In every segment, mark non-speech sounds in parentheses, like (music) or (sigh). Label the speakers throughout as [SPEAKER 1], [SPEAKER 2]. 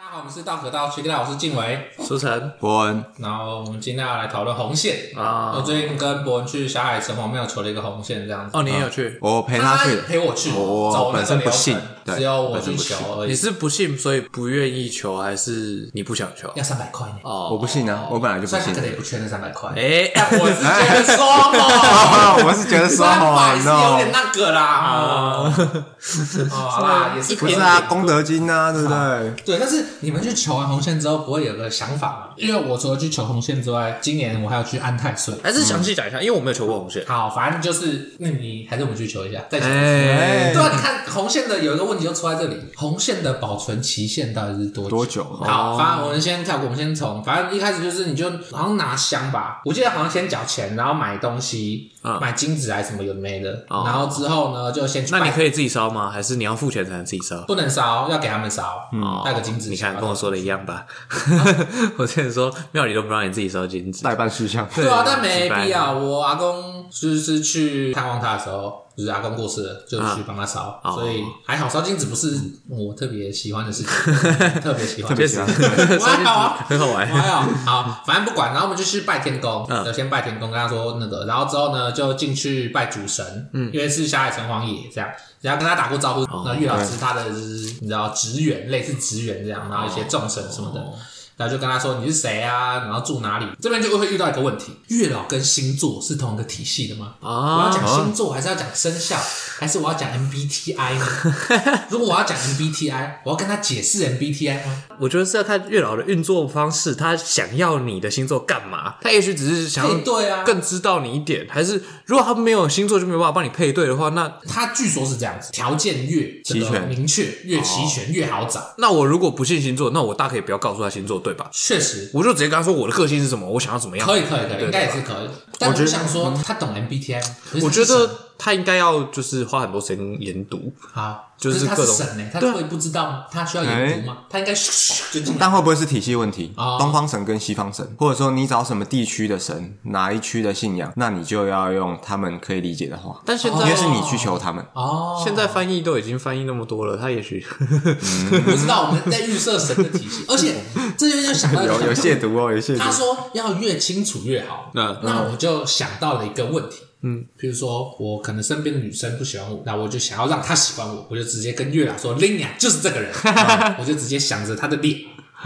[SPEAKER 1] 好，我们是道可道 c h i c k 我是静伟，
[SPEAKER 2] 苏晨
[SPEAKER 3] 伯恩，
[SPEAKER 1] 然后我们今天要来讨论红线。我
[SPEAKER 2] 啊，
[SPEAKER 1] 最近跟博文去小海城隍庙求了一个红线，这样子。
[SPEAKER 2] 哦，你也有去？
[SPEAKER 3] 我陪他去的，
[SPEAKER 1] 陪我去，
[SPEAKER 3] 我
[SPEAKER 1] 走那个
[SPEAKER 3] 本身不
[SPEAKER 1] 流程
[SPEAKER 3] 信对
[SPEAKER 1] 只有我
[SPEAKER 3] 本
[SPEAKER 1] 去
[SPEAKER 3] 身不信
[SPEAKER 1] 求而
[SPEAKER 2] 你
[SPEAKER 1] 已，
[SPEAKER 2] 是不信，所以不愿意求，还是你不想求？
[SPEAKER 1] 要三百块呢。
[SPEAKER 2] 哦，
[SPEAKER 3] 我不信啊，我本来就不
[SPEAKER 1] 虽然
[SPEAKER 3] 信
[SPEAKER 1] 他可。能也不缺那三百块，
[SPEAKER 2] 哎，
[SPEAKER 1] 但我是觉得说嘛，
[SPEAKER 3] 啊， (laughs) 我是觉啊得说
[SPEAKER 1] 三百是有点
[SPEAKER 3] ，no，
[SPEAKER 1] 那个啦。
[SPEAKER 3] (laughs)
[SPEAKER 1] 哦，好啦，也是
[SPEAKER 3] 不
[SPEAKER 1] 一
[SPEAKER 3] 啊是
[SPEAKER 1] 点
[SPEAKER 3] 啊，
[SPEAKER 1] 点
[SPEAKER 3] 功德金啊，对不对？
[SPEAKER 1] 对，但是你们去求完红线之后，不会有个想法吗？因为我除了去求红线之外，今年我还要去安泰岁。
[SPEAKER 2] 还是详细讲一下，因为我没有求过红线。
[SPEAKER 1] 好，反正就是，那你还是我们去求一下，再求一次。
[SPEAKER 2] 哎
[SPEAKER 1] 对，啊，你看红线的有一个问题就出在这里，红线的保存期限到底是多久？
[SPEAKER 3] 多久
[SPEAKER 2] 哦
[SPEAKER 1] 好，反正我们先跳过，我们先从，反正一开始就是你就好像拿香吧，我记得好像先缴钱，然后买东西，
[SPEAKER 2] 嗯
[SPEAKER 1] 买金子还是什么有的没的，
[SPEAKER 2] 哦
[SPEAKER 1] 然后之后呢就先去
[SPEAKER 2] 那
[SPEAKER 1] 拜，
[SPEAKER 2] 你可以自己烧吗？还是你要付钱才能自己烧？
[SPEAKER 1] 不能烧，要给他们烧，
[SPEAKER 2] 哦
[SPEAKER 1] 带个金子，
[SPEAKER 2] 你看跟我说的一样吧。 (laughs) 我之前说庙里都不让你自己烧金子，
[SPEAKER 3] 代办事项，
[SPEAKER 1] 对啊，但
[SPEAKER 2] 几
[SPEAKER 1] 没
[SPEAKER 2] 百
[SPEAKER 1] 必要。我阿公就是去探望他的时候，就是阿公过世了，就去帮他烧，
[SPEAKER 2] 哦
[SPEAKER 1] 所以还好烧金子不是我特别喜欢的事情，特别喜欢
[SPEAKER 3] 特
[SPEAKER 1] 的
[SPEAKER 3] 别
[SPEAKER 1] 事
[SPEAKER 3] 喜
[SPEAKER 1] 情。
[SPEAKER 2] (laughs)
[SPEAKER 3] 欢。
[SPEAKER 1] 我还好啊，
[SPEAKER 2] 很好
[SPEAKER 1] 我
[SPEAKER 2] 玩。
[SPEAKER 1] 还好，好，反正不管。然后我们就去拜天公，
[SPEAKER 2] 哎嗯
[SPEAKER 1] 就先拜天公，跟他说那个，然后之后呢就进去拜主神，嗯，因为是霞海城隍爷这样，然后跟他打过招呼。
[SPEAKER 2] 哦
[SPEAKER 1] 那月老是他的，就是你知道职员，类似职员这样，然后一
[SPEAKER 2] 哦
[SPEAKER 1] 些众神什么的。然后就跟他说你是谁啊，然后住哪里？这边就会遇到一个问题：月老跟星座是同一个体系的吗？我要
[SPEAKER 2] 啊，
[SPEAKER 1] 讲星座，还是要讲生肖，还是我要讲 MBTI
[SPEAKER 2] (laughs)
[SPEAKER 1] 呢？如果我要讲 MBTI，我要跟他解释 MBTI 吗？
[SPEAKER 2] 我觉得是要看月老的运作方式，他想要你的星座干嘛？他也许只是想
[SPEAKER 1] 哎，
[SPEAKER 2] 要
[SPEAKER 1] 对啊，
[SPEAKER 2] 更知道你一点，还是如果他没有星座就没有办法帮你配对的话，那
[SPEAKER 1] 他据说是这样子，条件越这
[SPEAKER 3] 齐
[SPEAKER 1] 个
[SPEAKER 3] 全
[SPEAKER 1] 明确、越齐全、越好找。
[SPEAKER 2] 那我如果不信星座，那我大可以不要告诉他星座，对吧？
[SPEAKER 1] 确实
[SPEAKER 2] 我就直接跟他说我的个性是什么，我想要怎么样。
[SPEAKER 1] 可以，可以，可以，
[SPEAKER 2] 对
[SPEAKER 1] 应该也是可以。但我
[SPEAKER 3] 觉得
[SPEAKER 1] 想说，他懂 MBTI 吗？可是
[SPEAKER 2] 嗯我
[SPEAKER 1] 他是
[SPEAKER 2] 觉
[SPEAKER 1] 神
[SPEAKER 2] 得他应该要就是花很多时间研读，
[SPEAKER 1] 好，
[SPEAKER 2] 就是
[SPEAKER 1] 可他是
[SPEAKER 2] 各种
[SPEAKER 1] 神呢，他
[SPEAKER 2] 对啊哎
[SPEAKER 1] 会不知道吗？他需要研读吗？他应该咻咻就进来。
[SPEAKER 3] 但会不会是体系问题？
[SPEAKER 1] 哦
[SPEAKER 3] 东方神跟西方神，或者说你找什么地区的神，哪一区的信仰，那你就要用他们可以理解的话，哦
[SPEAKER 2] 但现
[SPEAKER 3] 因为
[SPEAKER 2] 在、
[SPEAKER 3] 是你去求他们。
[SPEAKER 1] 哦，
[SPEAKER 2] 现在翻译都已经翻译那么多了，他也许
[SPEAKER 1] 不知道我们在预设神的体
[SPEAKER 2] (laughs)
[SPEAKER 1] 系，而且这就要想到一个
[SPEAKER 3] 有有亵渎哦，有亵
[SPEAKER 1] 他
[SPEAKER 3] 渎。
[SPEAKER 1] 说要越清楚越好。
[SPEAKER 2] 嗯
[SPEAKER 1] 那我就想到了一个问题，嗯，比如说我可能身边的女生不喜欢我，那我就想要让她喜欢我，我就直接跟月老说 l i n a 就是这个人，嗯我就直接想着她的脸，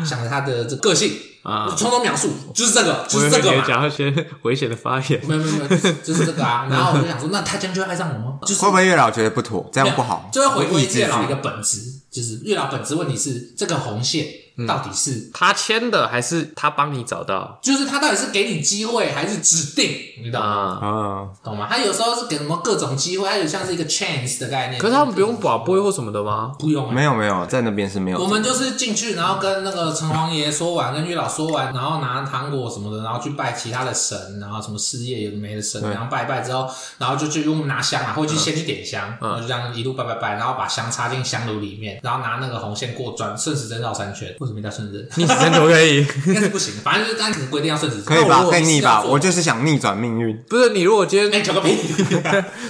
[SPEAKER 1] 想着她的这个性
[SPEAKER 2] 啊
[SPEAKER 1] 我从头描述就是这个， (laughs) 就
[SPEAKER 2] 我
[SPEAKER 1] 是
[SPEAKER 2] 也
[SPEAKER 1] 这个
[SPEAKER 2] 会觉
[SPEAKER 1] 嘛
[SPEAKER 2] 得。讲一些危险的发言。
[SPEAKER 1] 没有没有没有，就是就是这个啊。然后我就想说，那他这样就会爱上我吗？就是
[SPEAKER 3] 会不会月老觉得不妥，这样不好？
[SPEAKER 1] 就会回
[SPEAKER 3] 我
[SPEAKER 1] 归
[SPEAKER 3] 抑制
[SPEAKER 1] 月老
[SPEAKER 3] 住
[SPEAKER 1] 一个本质，就是月老本质问题是这个红线到底是
[SPEAKER 2] 他签的还是他帮你找到
[SPEAKER 1] 就是他到底是给你机会还是指定，你懂吗？
[SPEAKER 2] 啊？
[SPEAKER 3] 啊，
[SPEAKER 1] 懂吗？他有时候是给什么各种机会，他有像是一个 chance 的概念。
[SPEAKER 2] 可是他们不用广播或什么的吗？
[SPEAKER 1] 不用、啊，
[SPEAKER 3] 没有没有，在那边是没有。
[SPEAKER 1] 我们就是进去，然后跟那个城隍爷说完，跟月老说完，然后拿糖果什么的，然后去拜其他的神，然后什么事业有的没的神，然后拜一拜之后，然后就去用拿香啊，
[SPEAKER 3] 嗯
[SPEAKER 1] 或者去先去点香，然后就这样一路拜拜拜，然后把香插进香炉里面，然后拿那个红线过转顺时针绕三圈。为什么叫顺时针？
[SPEAKER 3] (laughs)
[SPEAKER 2] 逆时针都可以。
[SPEAKER 1] 应该是不行，反正就是按可能规定要顺时针。
[SPEAKER 3] 可以
[SPEAKER 2] 那我
[SPEAKER 3] 吧？
[SPEAKER 2] 如果
[SPEAKER 3] 可以逆
[SPEAKER 1] 是要
[SPEAKER 3] 吧？
[SPEAKER 1] 做
[SPEAKER 3] 我就是想逆转命运。
[SPEAKER 2] (laughs) 不是你，如果今
[SPEAKER 1] 哎、
[SPEAKER 2] 天
[SPEAKER 1] 求个屁！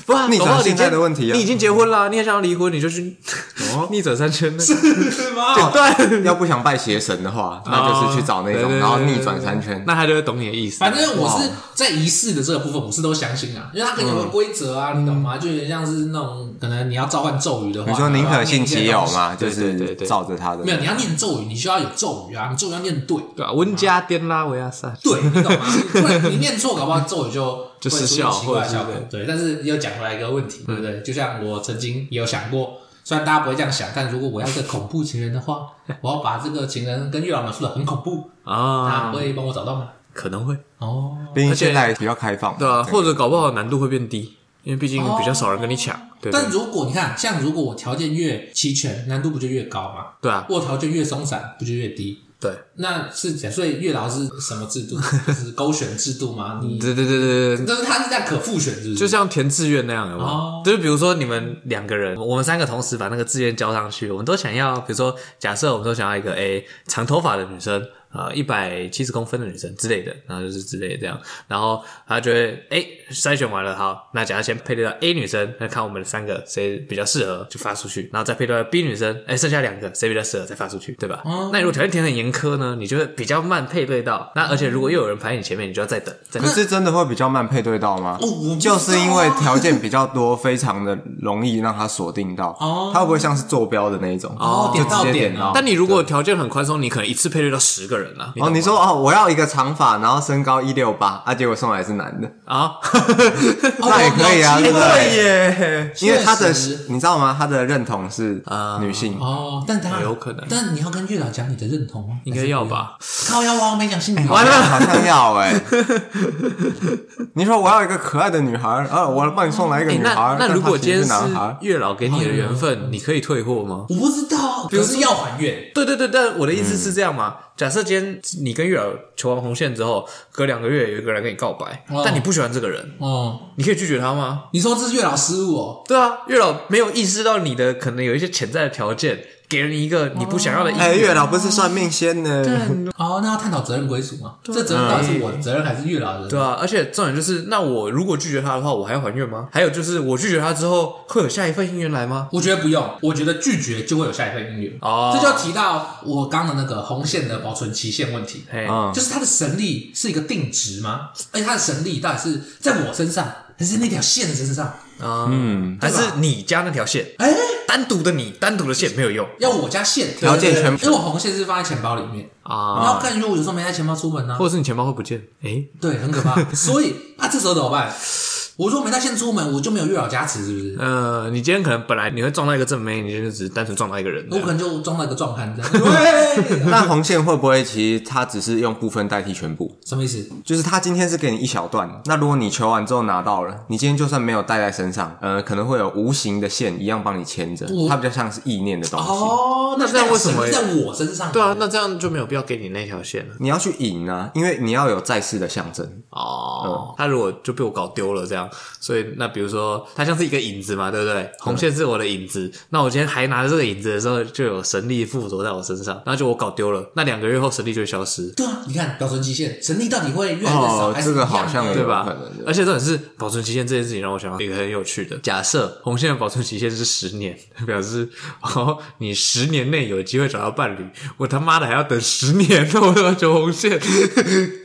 [SPEAKER 2] 不是啊
[SPEAKER 3] 逆转
[SPEAKER 2] 搞不好你
[SPEAKER 3] 现在
[SPEAKER 2] 今天
[SPEAKER 3] 的问题啊
[SPEAKER 2] 你已经结婚了，你也想要离婚，你就去 (laughs) 逆转三圈那个。
[SPEAKER 1] (laughs) 哦是吗？
[SPEAKER 2] 对，
[SPEAKER 3] 要不想拜邪神的
[SPEAKER 1] 哦
[SPEAKER 3] 话，那就是去找那
[SPEAKER 2] 哦对对
[SPEAKER 3] 种，
[SPEAKER 2] 对
[SPEAKER 3] 然后逆转三圈。
[SPEAKER 2] 那他就会懂你的意思。
[SPEAKER 1] 反正我是在仪式的这个部分，我是都相信啊，因为它可
[SPEAKER 3] 嗯
[SPEAKER 1] 能有个规则啊，你懂吗？就有点像是那种可能你要召唤咒语啊的话，
[SPEAKER 3] 你说宁可信其有
[SPEAKER 1] 嘛？
[SPEAKER 3] 嘛，就
[SPEAKER 2] 对对
[SPEAKER 3] 是
[SPEAKER 2] 对
[SPEAKER 3] 照着他的
[SPEAKER 1] 没。有，你要念咒语，你需要有咒语啊，你咒语要念对，
[SPEAKER 2] 对啊，温家颠拉维亚萨。
[SPEAKER 1] 对，你懂
[SPEAKER 3] (laughs)
[SPEAKER 1] 吗？不然你念错，搞不好咒语就
[SPEAKER 2] 就
[SPEAKER 1] 会
[SPEAKER 2] 失
[SPEAKER 1] 出
[SPEAKER 2] 效
[SPEAKER 1] 奇怪的效
[SPEAKER 2] 或
[SPEAKER 1] 果
[SPEAKER 2] 者是。
[SPEAKER 1] 对，但是又讲回来一个问题，对不
[SPEAKER 3] 嗯
[SPEAKER 1] 对？就像我曾经也有想过。虽然大家不会这样想，但如果我要一个恐怖情人的话，我要把这个情人跟月老描述的很恐怖，他
[SPEAKER 2] 啊，
[SPEAKER 1] 会帮我找到吗？
[SPEAKER 2] 可能会，
[SPEAKER 1] 哦，
[SPEAKER 3] 毕竟现在比较开放嘛，
[SPEAKER 2] 对啊，
[SPEAKER 3] 对
[SPEAKER 2] 或者搞不好难度会变低，因为毕竟比较少人跟你抢，对不
[SPEAKER 1] 哦但
[SPEAKER 2] 对？
[SPEAKER 1] 如果你看，像如果我条件越齐全，难度不就越高吗？
[SPEAKER 2] 对啊，
[SPEAKER 1] 我条件越松散，不就越低？
[SPEAKER 2] 对，
[SPEAKER 1] 那是讲，所以月老是什么制
[SPEAKER 2] (laughs)
[SPEAKER 1] 度？就是勾选制度吗？你
[SPEAKER 2] 对对对对对，
[SPEAKER 1] 但是他是在可复选，是不是？
[SPEAKER 2] 就像填志愿那样，有
[SPEAKER 1] 哦
[SPEAKER 2] 吗？就是比如说你们两个人，我们三个同时把那个志愿交上去，我们都想要，比如说假设我们都想要一个诶长头发的女生，呃一百七十公分的女生之类的，然后就是之类的这样，然后他就会哎、筛选完了，好，那假如先配对到 A 女生，那看我们三个谁比较适合就发出去，然后再配对到 B 女生，哎、剩下两个谁比较适合再发出去，对吧？
[SPEAKER 1] 哦
[SPEAKER 2] 那如果条件填很严苛呢，你就会比较慢配对到，那而且如果又有人排你前面，你就要再等，再
[SPEAKER 3] 可
[SPEAKER 2] 等。
[SPEAKER 3] 是真的会比较慢配对到吗？
[SPEAKER 1] 我不知道啊
[SPEAKER 3] 就是因为条件比较多，非常的容易让它锁定到。
[SPEAKER 1] 哦
[SPEAKER 3] 它会不会像是坐标的那一种？
[SPEAKER 1] 哦
[SPEAKER 3] 就
[SPEAKER 1] 点到
[SPEAKER 3] 直接
[SPEAKER 1] 点
[SPEAKER 3] 点
[SPEAKER 1] 哦
[SPEAKER 2] 但你如果条件很宽松，你可能一次配对到十个人啊。
[SPEAKER 3] 哦，你说哦，我要一个长发，然后身高一六八，啊，结果送来是男的，
[SPEAKER 2] 啊？
[SPEAKER 3] 那也可以啊，
[SPEAKER 1] 哦
[SPEAKER 3] 对不
[SPEAKER 1] 对
[SPEAKER 3] 对？
[SPEAKER 2] 耶！
[SPEAKER 3] 因为他的
[SPEAKER 1] 确实
[SPEAKER 3] 你知道吗？他的认同是女性，
[SPEAKER 1] 哦，但他
[SPEAKER 2] 有可能
[SPEAKER 1] 但你要跟月老讲你的认同吗？
[SPEAKER 2] 应该要
[SPEAKER 3] (laughs)
[SPEAKER 2] 吧？哎
[SPEAKER 1] 靠腰啊，我没讲性别。
[SPEAKER 3] 好像好像要哎。你说我要一个可爱的女孩，啊，我帮你送来一个
[SPEAKER 2] 哎，
[SPEAKER 3] 女
[SPEAKER 2] 那
[SPEAKER 3] 孩，
[SPEAKER 2] 那如果今天
[SPEAKER 3] 但
[SPEAKER 2] 是
[SPEAKER 3] 她其实是男孩，嗯
[SPEAKER 2] 月老给你的缘分，你可以退货吗？
[SPEAKER 1] 我不知道啊，
[SPEAKER 2] 如
[SPEAKER 1] 可
[SPEAKER 2] 说
[SPEAKER 1] 是要还愿。
[SPEAKER 2] 对对对，但我的意思是这样
[SPEAKER 3] 嗯
[SPEAKER 2] 嘛。假设今天你跟月老求完红线之后，隔两个月有一个人跟你告白，
[SPEAKER 1] 哦
[SPEAKER 2] 但你不喜欢这个人，
[SPEAKER 1] 哦，
[SPEAKER 2] 你可以拒绝他吗？
[SPEAKER 1] 你说这是月老失误哦？
[SPEAKER 2] 对啊，月老没有意识到你的可能有一些潜在的条件，给了你一个你不想要的意
[SPEAKER 3] 哎，
[SPEAKER 2] 义。
[SPEAKER 3] 月老不是算命仙呢？ (laughs)
[SPEAKER 1] 哦，那要探讨责任归属吗？这责任到底是我的责任还是月老的？
[SPEAKER 2] 啊对啊，而且重点就是，那我如果拒绝他的话，我还要还愿吗？还有就是，我拒绝他之后，会有下一份姻缘来吗？
[SPEAKER 1] 我觉得不用，我觉得拒绝就会有下一份姻缘。
[SPEAKER 2] 哦
[SPEAKER 1] 这就要提到我刚的那个红线的保存期限问题。
[SPEAKER 2] 嘿，
[SPEAKER 3] 嗯
[SPEAKER 1] 就是他的神力是一个定值吗？而且他的神力到底是在我身上，还是那条线身上？
[SPEAKER 2] 嗯，还是你家那条线，
[SPEAKER 1] 哎、
[SPEAKER 2] 单独的你，单独的线没有用
[SPEAKER 1] 要我家线
[SPEAKER 3] 条件全
[SPEAKER 1] 因为我红线是放在钱包里面，然
[SPEAKER 2] 啊，
[SPEAKER 1] 后看如果有时候没带钱包出门呢、
[SPEAKER 2] 或者是你钱包会不见？哎，
[SPEAKER 1] 对，很可 (laughs) 怕。所以那、这时候怎么办？我如果没带线出门，我就没有月老加持，是不是？
[SPEAKER 2] 呃，你今天可能本来你会撞到一个正妹，你今天就只是单纯撞到一个人这
[SPEAKER 1] 我
[SPEAKER 2] 样，
[SPEAKER 1] 可能就装了一个壮汉 (laughs) 这样。对，
[SPEAKER 3] 那红线会不会其实他只是用部分代替全部？
[SPEAKER 1] 什么意思？
[SPEAKER 3] 就是他今天是给你一小段，那如果你求完之后拿到了，你今天就算没有带在身上，呃，可能会有无形的线一样帮你牵着，
[SPEAKER 2] 哦
[SPEAKER 3] 它比较像是意念的东西。
[SPEAKER 1] 哦，那
[SPEAKER 2] 那这样为什么
[SPEAKER 1] 代表神力在我身上？
[SPEAKER 2] 对啊，那这样就没有必要给你那条线了
[SPEAKER 3] 你要去引啊，因为你要有在世的象征。
[SPEAKER 2] 哦。他如果就被我搞丢了这样，所以那比如说，它像是一个影子嘛，对不对？红线是我的影子，那我今天还拿着这个影子的时候，就有神力附着在我身上，然后就我搞丢了，那两个月后神力就会消失。
[SPEAKER 1] 对啊，你看保存期限，神力到底会越来越少，
[SPEAKER 3] 哦
[SPEAKER 1] 还是
[SPEAKER 3] 这个
[SPEAKER 1] 一样
[SPEAKER 3] 好像
[SPEAKER 1] 的
[SPEAKER 3] 有
[SPEAKER 2] 对吧
[SPEAKER 3] 可能的？
[SPEAKER 2] 而且重点是保存期限这件事情让我想到一个很有趣的假设：红线的保存期限是十年， (laughs) 表示哦，你十年内有机会找到伴侣。我他妈的还要等十年， (laughs) 那我要求红线。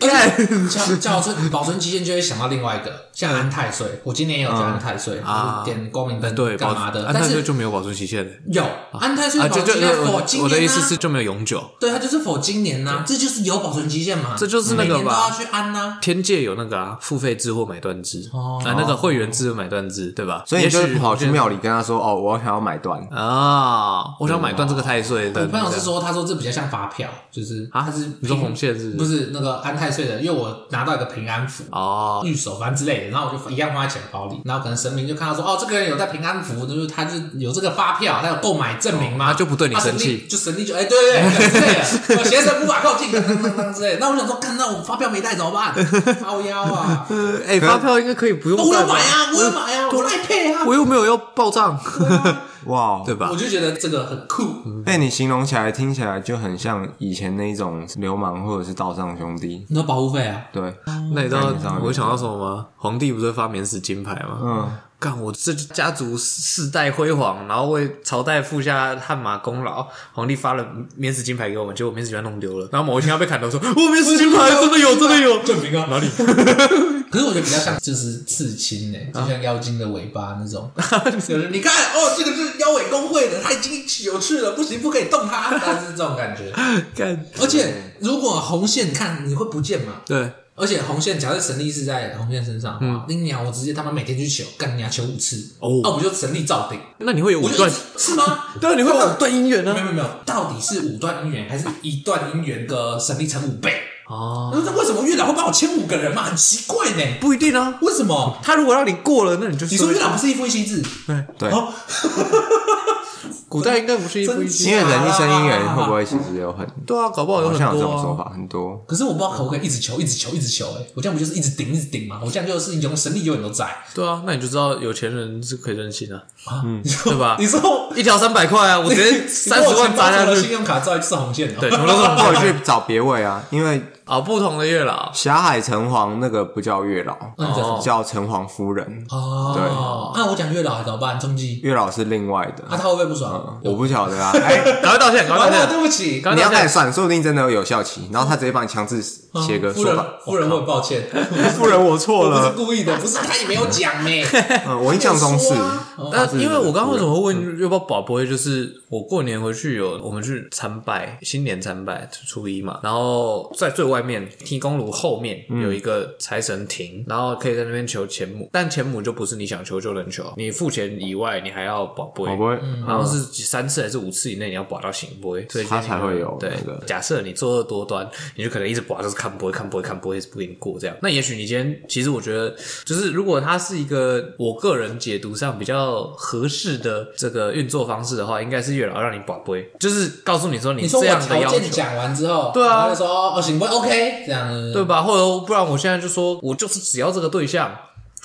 [SPEAKER 2] 哎
[SPEAKER 1] (laughs) 而且叫叫存保存期限就会想到另外一个，像安太岁，我今年也有叫安太岁，
[SPEAKER 2] 嗯啊
[SPEAKER 1] 就是点光明灯
[SPEAKER 2] (laughs) 对，
[SPEAKER 1] 干嘛的？
[SPEAKER 2] 安
[SPEAKER 1] 但
[SPEAKER 2] 泰就
[SPEAKER 1] 是
[SPEAKER 2] 就没有保存期限了
[SPEAKER 1] 有安太岁
[SPEAKER 2] 啊！
[SPEAKER 1] 保
[SPEAKER 2] 就
[SPEAKER 1] 存期
[SPEAKER 2] 就
[SPEAKER 1] 限否
[SPEAKER 2] 我
[SPEAKER 1] 今
[SPEAKER 2] 我的意
[SPEAKER 1] 年啊
[SPEAKER 2] 思是就没有永久。
[SPEAKER 1] 对，它就是否今年呐，这就是有保存期限嘛，
[SPEAKER 2] 这就是那个吧
[SPEAKER 1] 每年都要去安呐。
[SPEAKER 2] 天界有那个啊，付费制或买断制
[SPEAKER 1] 哦
[SPEAKER 2] 啊，那个会员制和买断制，对吧？
[SPEAKER 3] 所以你就
[SPEAKER 2] 也许
[SPEAKER 3] 是跑
[SPEAKER 2] 红
[SPEAKER 3] 去
[SPEAKER 2] 线
[SPEAKER 3] 庙里跟他说：“哦，我想要买断。
[SPEAKER 2] 啊，我想买断这个太岁的。
[SPEAKER 1] 我朋友是说，他说这比较像发票，就是
[SPEAKER 2] 啊
[SPEAKER 1] 他是
[SPEAKER 2] 你说
[SPEAKER 1] 凭
[SPEAKER 2] 红线是不是
[SPEAKER 1] 不是那个安太岁的？因为我拿到一个平安符。
[SPEAKER 2] 哦，
[SPEAKER 1] 玉手环之类的，然后我就一样放在钱包里，然后可能神明就看到说，哦，这个人有在平安符，就是他就有这个发票，他有购买证明嘛，
[SPEAKER 2] 哦他就不对你
[SPEAKER 1] 啊
[SPEAKER 2] 生气
[SPEAKER 1] 神力就神力就哎，对对对，之
[SPEAKER 2] (laughs)
[SPEAKER 1] 类的，我邪神无法靠近，当当当当之类的。那我想说，看到我发票没带怎么
[SPEAKER 2] (laughs)
[SPEAKER 1] 办？掏腰啊，
[SPEAKER 2] 哎、发票应该可以不用
[SPEAKER 1] 我
[SPEAKER 2] 带
[SPEAKER 1] 有
[SPEAKER 2] 吧
[SPEAKER 1] 买啊，我有买啊，我赖配
[SPEAKER 2] (laughs)
[SPEAKER 1] 啊，
[SPEAKER 2] 我又没有要报账，
[SPEAKER 3] 哇，
[SPEAKER 2] (laughs) 对吧
[SPEAKER 1] 我？就觉得这个很酷。
[SPEAKER 3] 被你形容起来，听起来就很像以前那一种流氓或者是道上兄弟。
[SPEAKER 1] 你说保护费啊？
[SPEAKER 3] 对，
[SPEAKER 2] 那你知道
[SPEAKER 3] 概念上有点
[SPEAKER 2] 我会想到什么吗？皇帝不是会发免死金牌吗？
[SPEAKER 3] 嗯，
[SPEAKER 2] 干我这家族世代辉煌，然后为朝代付下汗马功劳，皇帝发了免死金牌给我们，结果免死金牌弄丢了，然后某一天要被砍头说，我免死金牌真的有，真
[SPEAKER 1] (laughs)
[SPEAKER 2] 的有，
[SPEAKER 1] 证明啊
[SPEAKER 2] (laughs) 哪里？
[SPEAKER 1] 可是我觉得比较像就是刺青呢、欸
[SPEAKER 2] 啊
[SPEAKER 1] 就像妖精的尾巴那
[SPEAKER 2] (laughs)
[SPEAKER 1] 种。就是你看哦，这个是妖尾公会的，它已经有刺了，不行，不可以动它，但是这种感
[SPEAKER 2] (laughs)
[SPEAKER 1] 觉。
[SPEAKER 2] 干
[SPEAKER 1] 而且如果红线，你看你会不见嘛？
[SPEAKER 2] 对，
[SPEAKER 1] 而且红线，假设神力是在红线身上的话，那、鸟我直接他妈每天去求，干你要求五次，
[SPEAKER 2] 嗯哦
[SPEAKER 1] 那、我就神力照顶，
[SPEAKER 2] 那你会有五
[SPEAKER 1] 我就一
[SPEAKER 2] 段
[SPEAKER 1] 直，是吗？
[SPEAKER 2] (laughs) 对，啊你会有五段姻缘
[SPEAKER 1] 没有
[SPEAKER 2] 呢？
[SPEAKER 1] 没有没有，到底是五段姻缘还是一段姻缘的神力乘五倍？
[SPEAKER 2] 哦，
[SPEAKER 1] 那为什么月老会帮我签五个人嘛？很奇怪呢、
[SPEAKER 2] 不一定啊。
[SPEAKER 1] 为什么？
[SPEAKER 2] 他如果让你过了，那你就
[SPEAKER 1] 哦你说月老不是一夫一妻制？
[SPEAKER 2] 对
[SPEAKER 3] 对
[SPEAKER 1] 哦，
[SPEAKER 2] 古代应该不是一夫一
[SPEAKER 1] 真
[SPEAKER 2] 妻，
[SPEAKER 1] 假
[SPEAKER 3] 因为人一生姻缘会不会其实
[SPEAKER 1] (laughs)
[SPEAKER 3] 有很
[SPEAKER 2] 对啊，搞不好有
[SPEAKER 3] 好
[SPEAKER 2] 很
[SPEAKER 3] 像有这
[SPEAKER 2] 多、
[SPEAKER 3] 种
[SPEAKER 2] 啊、
[SPEAKER 3] 说法，很多。
[SPEAKER 1] 可是我不知道可不可以一直求，一直求，一直求、欸。哎，我这样不就是一直顶，一直顶吗？我这样就是一种神力永远都在，
[SPEAKER 2] 对啊，那你就知道有钱人是可以任性啊，
[SPEAKER 1] 嗯，
[SPEAKER 2] 对吧
[SPEAKER 1] 你说
[SPEAKER 2] 一条三百块啊，我直
[SPEAKER 3] (laughs)
[SPEAKER 2] 接三十万砸下
[SPEAKER 1] 了，
[SPEAKER 2] 去
[SPEAKER 1] 信，用卡照一次红线、哦。
[SPEAKER 2] 对，全部都是
[SPEAKER 3] 那
[SPEAKER 2] 过
[SPEAKER 3] 我 (laughs)
[SPEAKER 2] 去
[SPEAKER 3] 去找别位啊，因为
[SPEAKER 2] 啊，不同的月老，
[SPEAKER 3] 霞海城隍那个不叫月老，
[SPEAKER 1] 那你叫什么？
[SPEAKER 3] 叫城隍夫人，
[SPEAKER 1] 哦，那我讲月老怎么办？中计，
[SPEAKER 3] 月老是另外的
[SPEAKER 2] 嗯
[SPEAKER 1] 啊，。他会不会不爽？
[SPEAKER 3] 我不晓得
[SPEAKER 1] (laughs)
[SPEAKER 3] 啊，哎，
[SPEAKER 2] 赶快道歉，赶
[SPEAKER 1] 完
[SPEAKER 2] 快道
[SPEAKER 1] 了，
[SPEAKER 2] 歉
[SPEAKER 1] 对，不起，
[SPEAKER 2] 赶
[SPEAKER 3] 你
[SPEAKER 2] 快
[SPEAKER 3] 要
[SPEAKER 2] 道
[SPEAKER 3] 开始
[SPEAKER 2] 歉。
[SPEAKER 3] 算，说不定真的有有效期，然后他直接帮你强制写个
[SPEAKER 1] 嗯啊夫
[SPEAKER 3] 说
[SPEAKER 1] 人
[SPEAKER 3] 法。，哎
[SPEAKER 1] 夫人，我很抱
[SPEAKER 2] (laughs)
[SPEAKER 1] 歉，
[SPEAKER 3] 夫人，我错
[SPEAKER 1] 我不是
[SPEAKER 3] 了，
[SPEAKER 1] 故意的，不是他也没有讲
[SPEAKER 2] (laughs)
[SPEAKER 1] 呢。
[SPEAKER 3] 嗯，我印象中是
[SPEAKER 1] 我说啊哦
[SPEAKER 2] 但因为我刚刚为什么会问月报宝贝，就是我过年回去有我们去参拜，新年参拜初一嘛，然后在最外面提公炉后面
[SPEAKER 3] 嗯
[SPEAKER 2] 有一个财神亭，然后可以在那边求钱母，但钱母就不是你想求就能求，你付钱以外，你还要宝贝，
[SPEAKER 1] 啊
[SPEAKER 3] 我不会，
[SPEAKER 1] 嗯
[SPEAKER 2] 好像是三次还是五次以内你要拔到醒波，所以
[SPEAKER 3] 它才会有
[SPEAKER 2] 对
[SPEAKER 3] 那个。
[SPEAKER 2] 假设你作恶多端，你就可能一直拔，就是看波、看波、看波，一直不给你过这样。那也许你今天其实我觉得，就是如果它是一个我个人解读上比较合适的这个运作方式的话，应该是月老让你拔杯，就是告诉你说你
[SPEAKER 1] 你说
[SPEAKER 2] 这
[SPEAKER 1] 我
[SPEAKER 2] 样的
[SPEAKER 1] 条
[SPEAKER 2] 要
[SPEAKER 1] 件
[SPEAKER 2] 求。
[SPEAKER 1] 讲完之后，
[SPEAKER 2] 对啊
[SPEAKER 1] 他就说哦行不 OK 这样子，
[SPEAKER 2] 对吧？或者不然，我现在就说，我就是只要这个对象，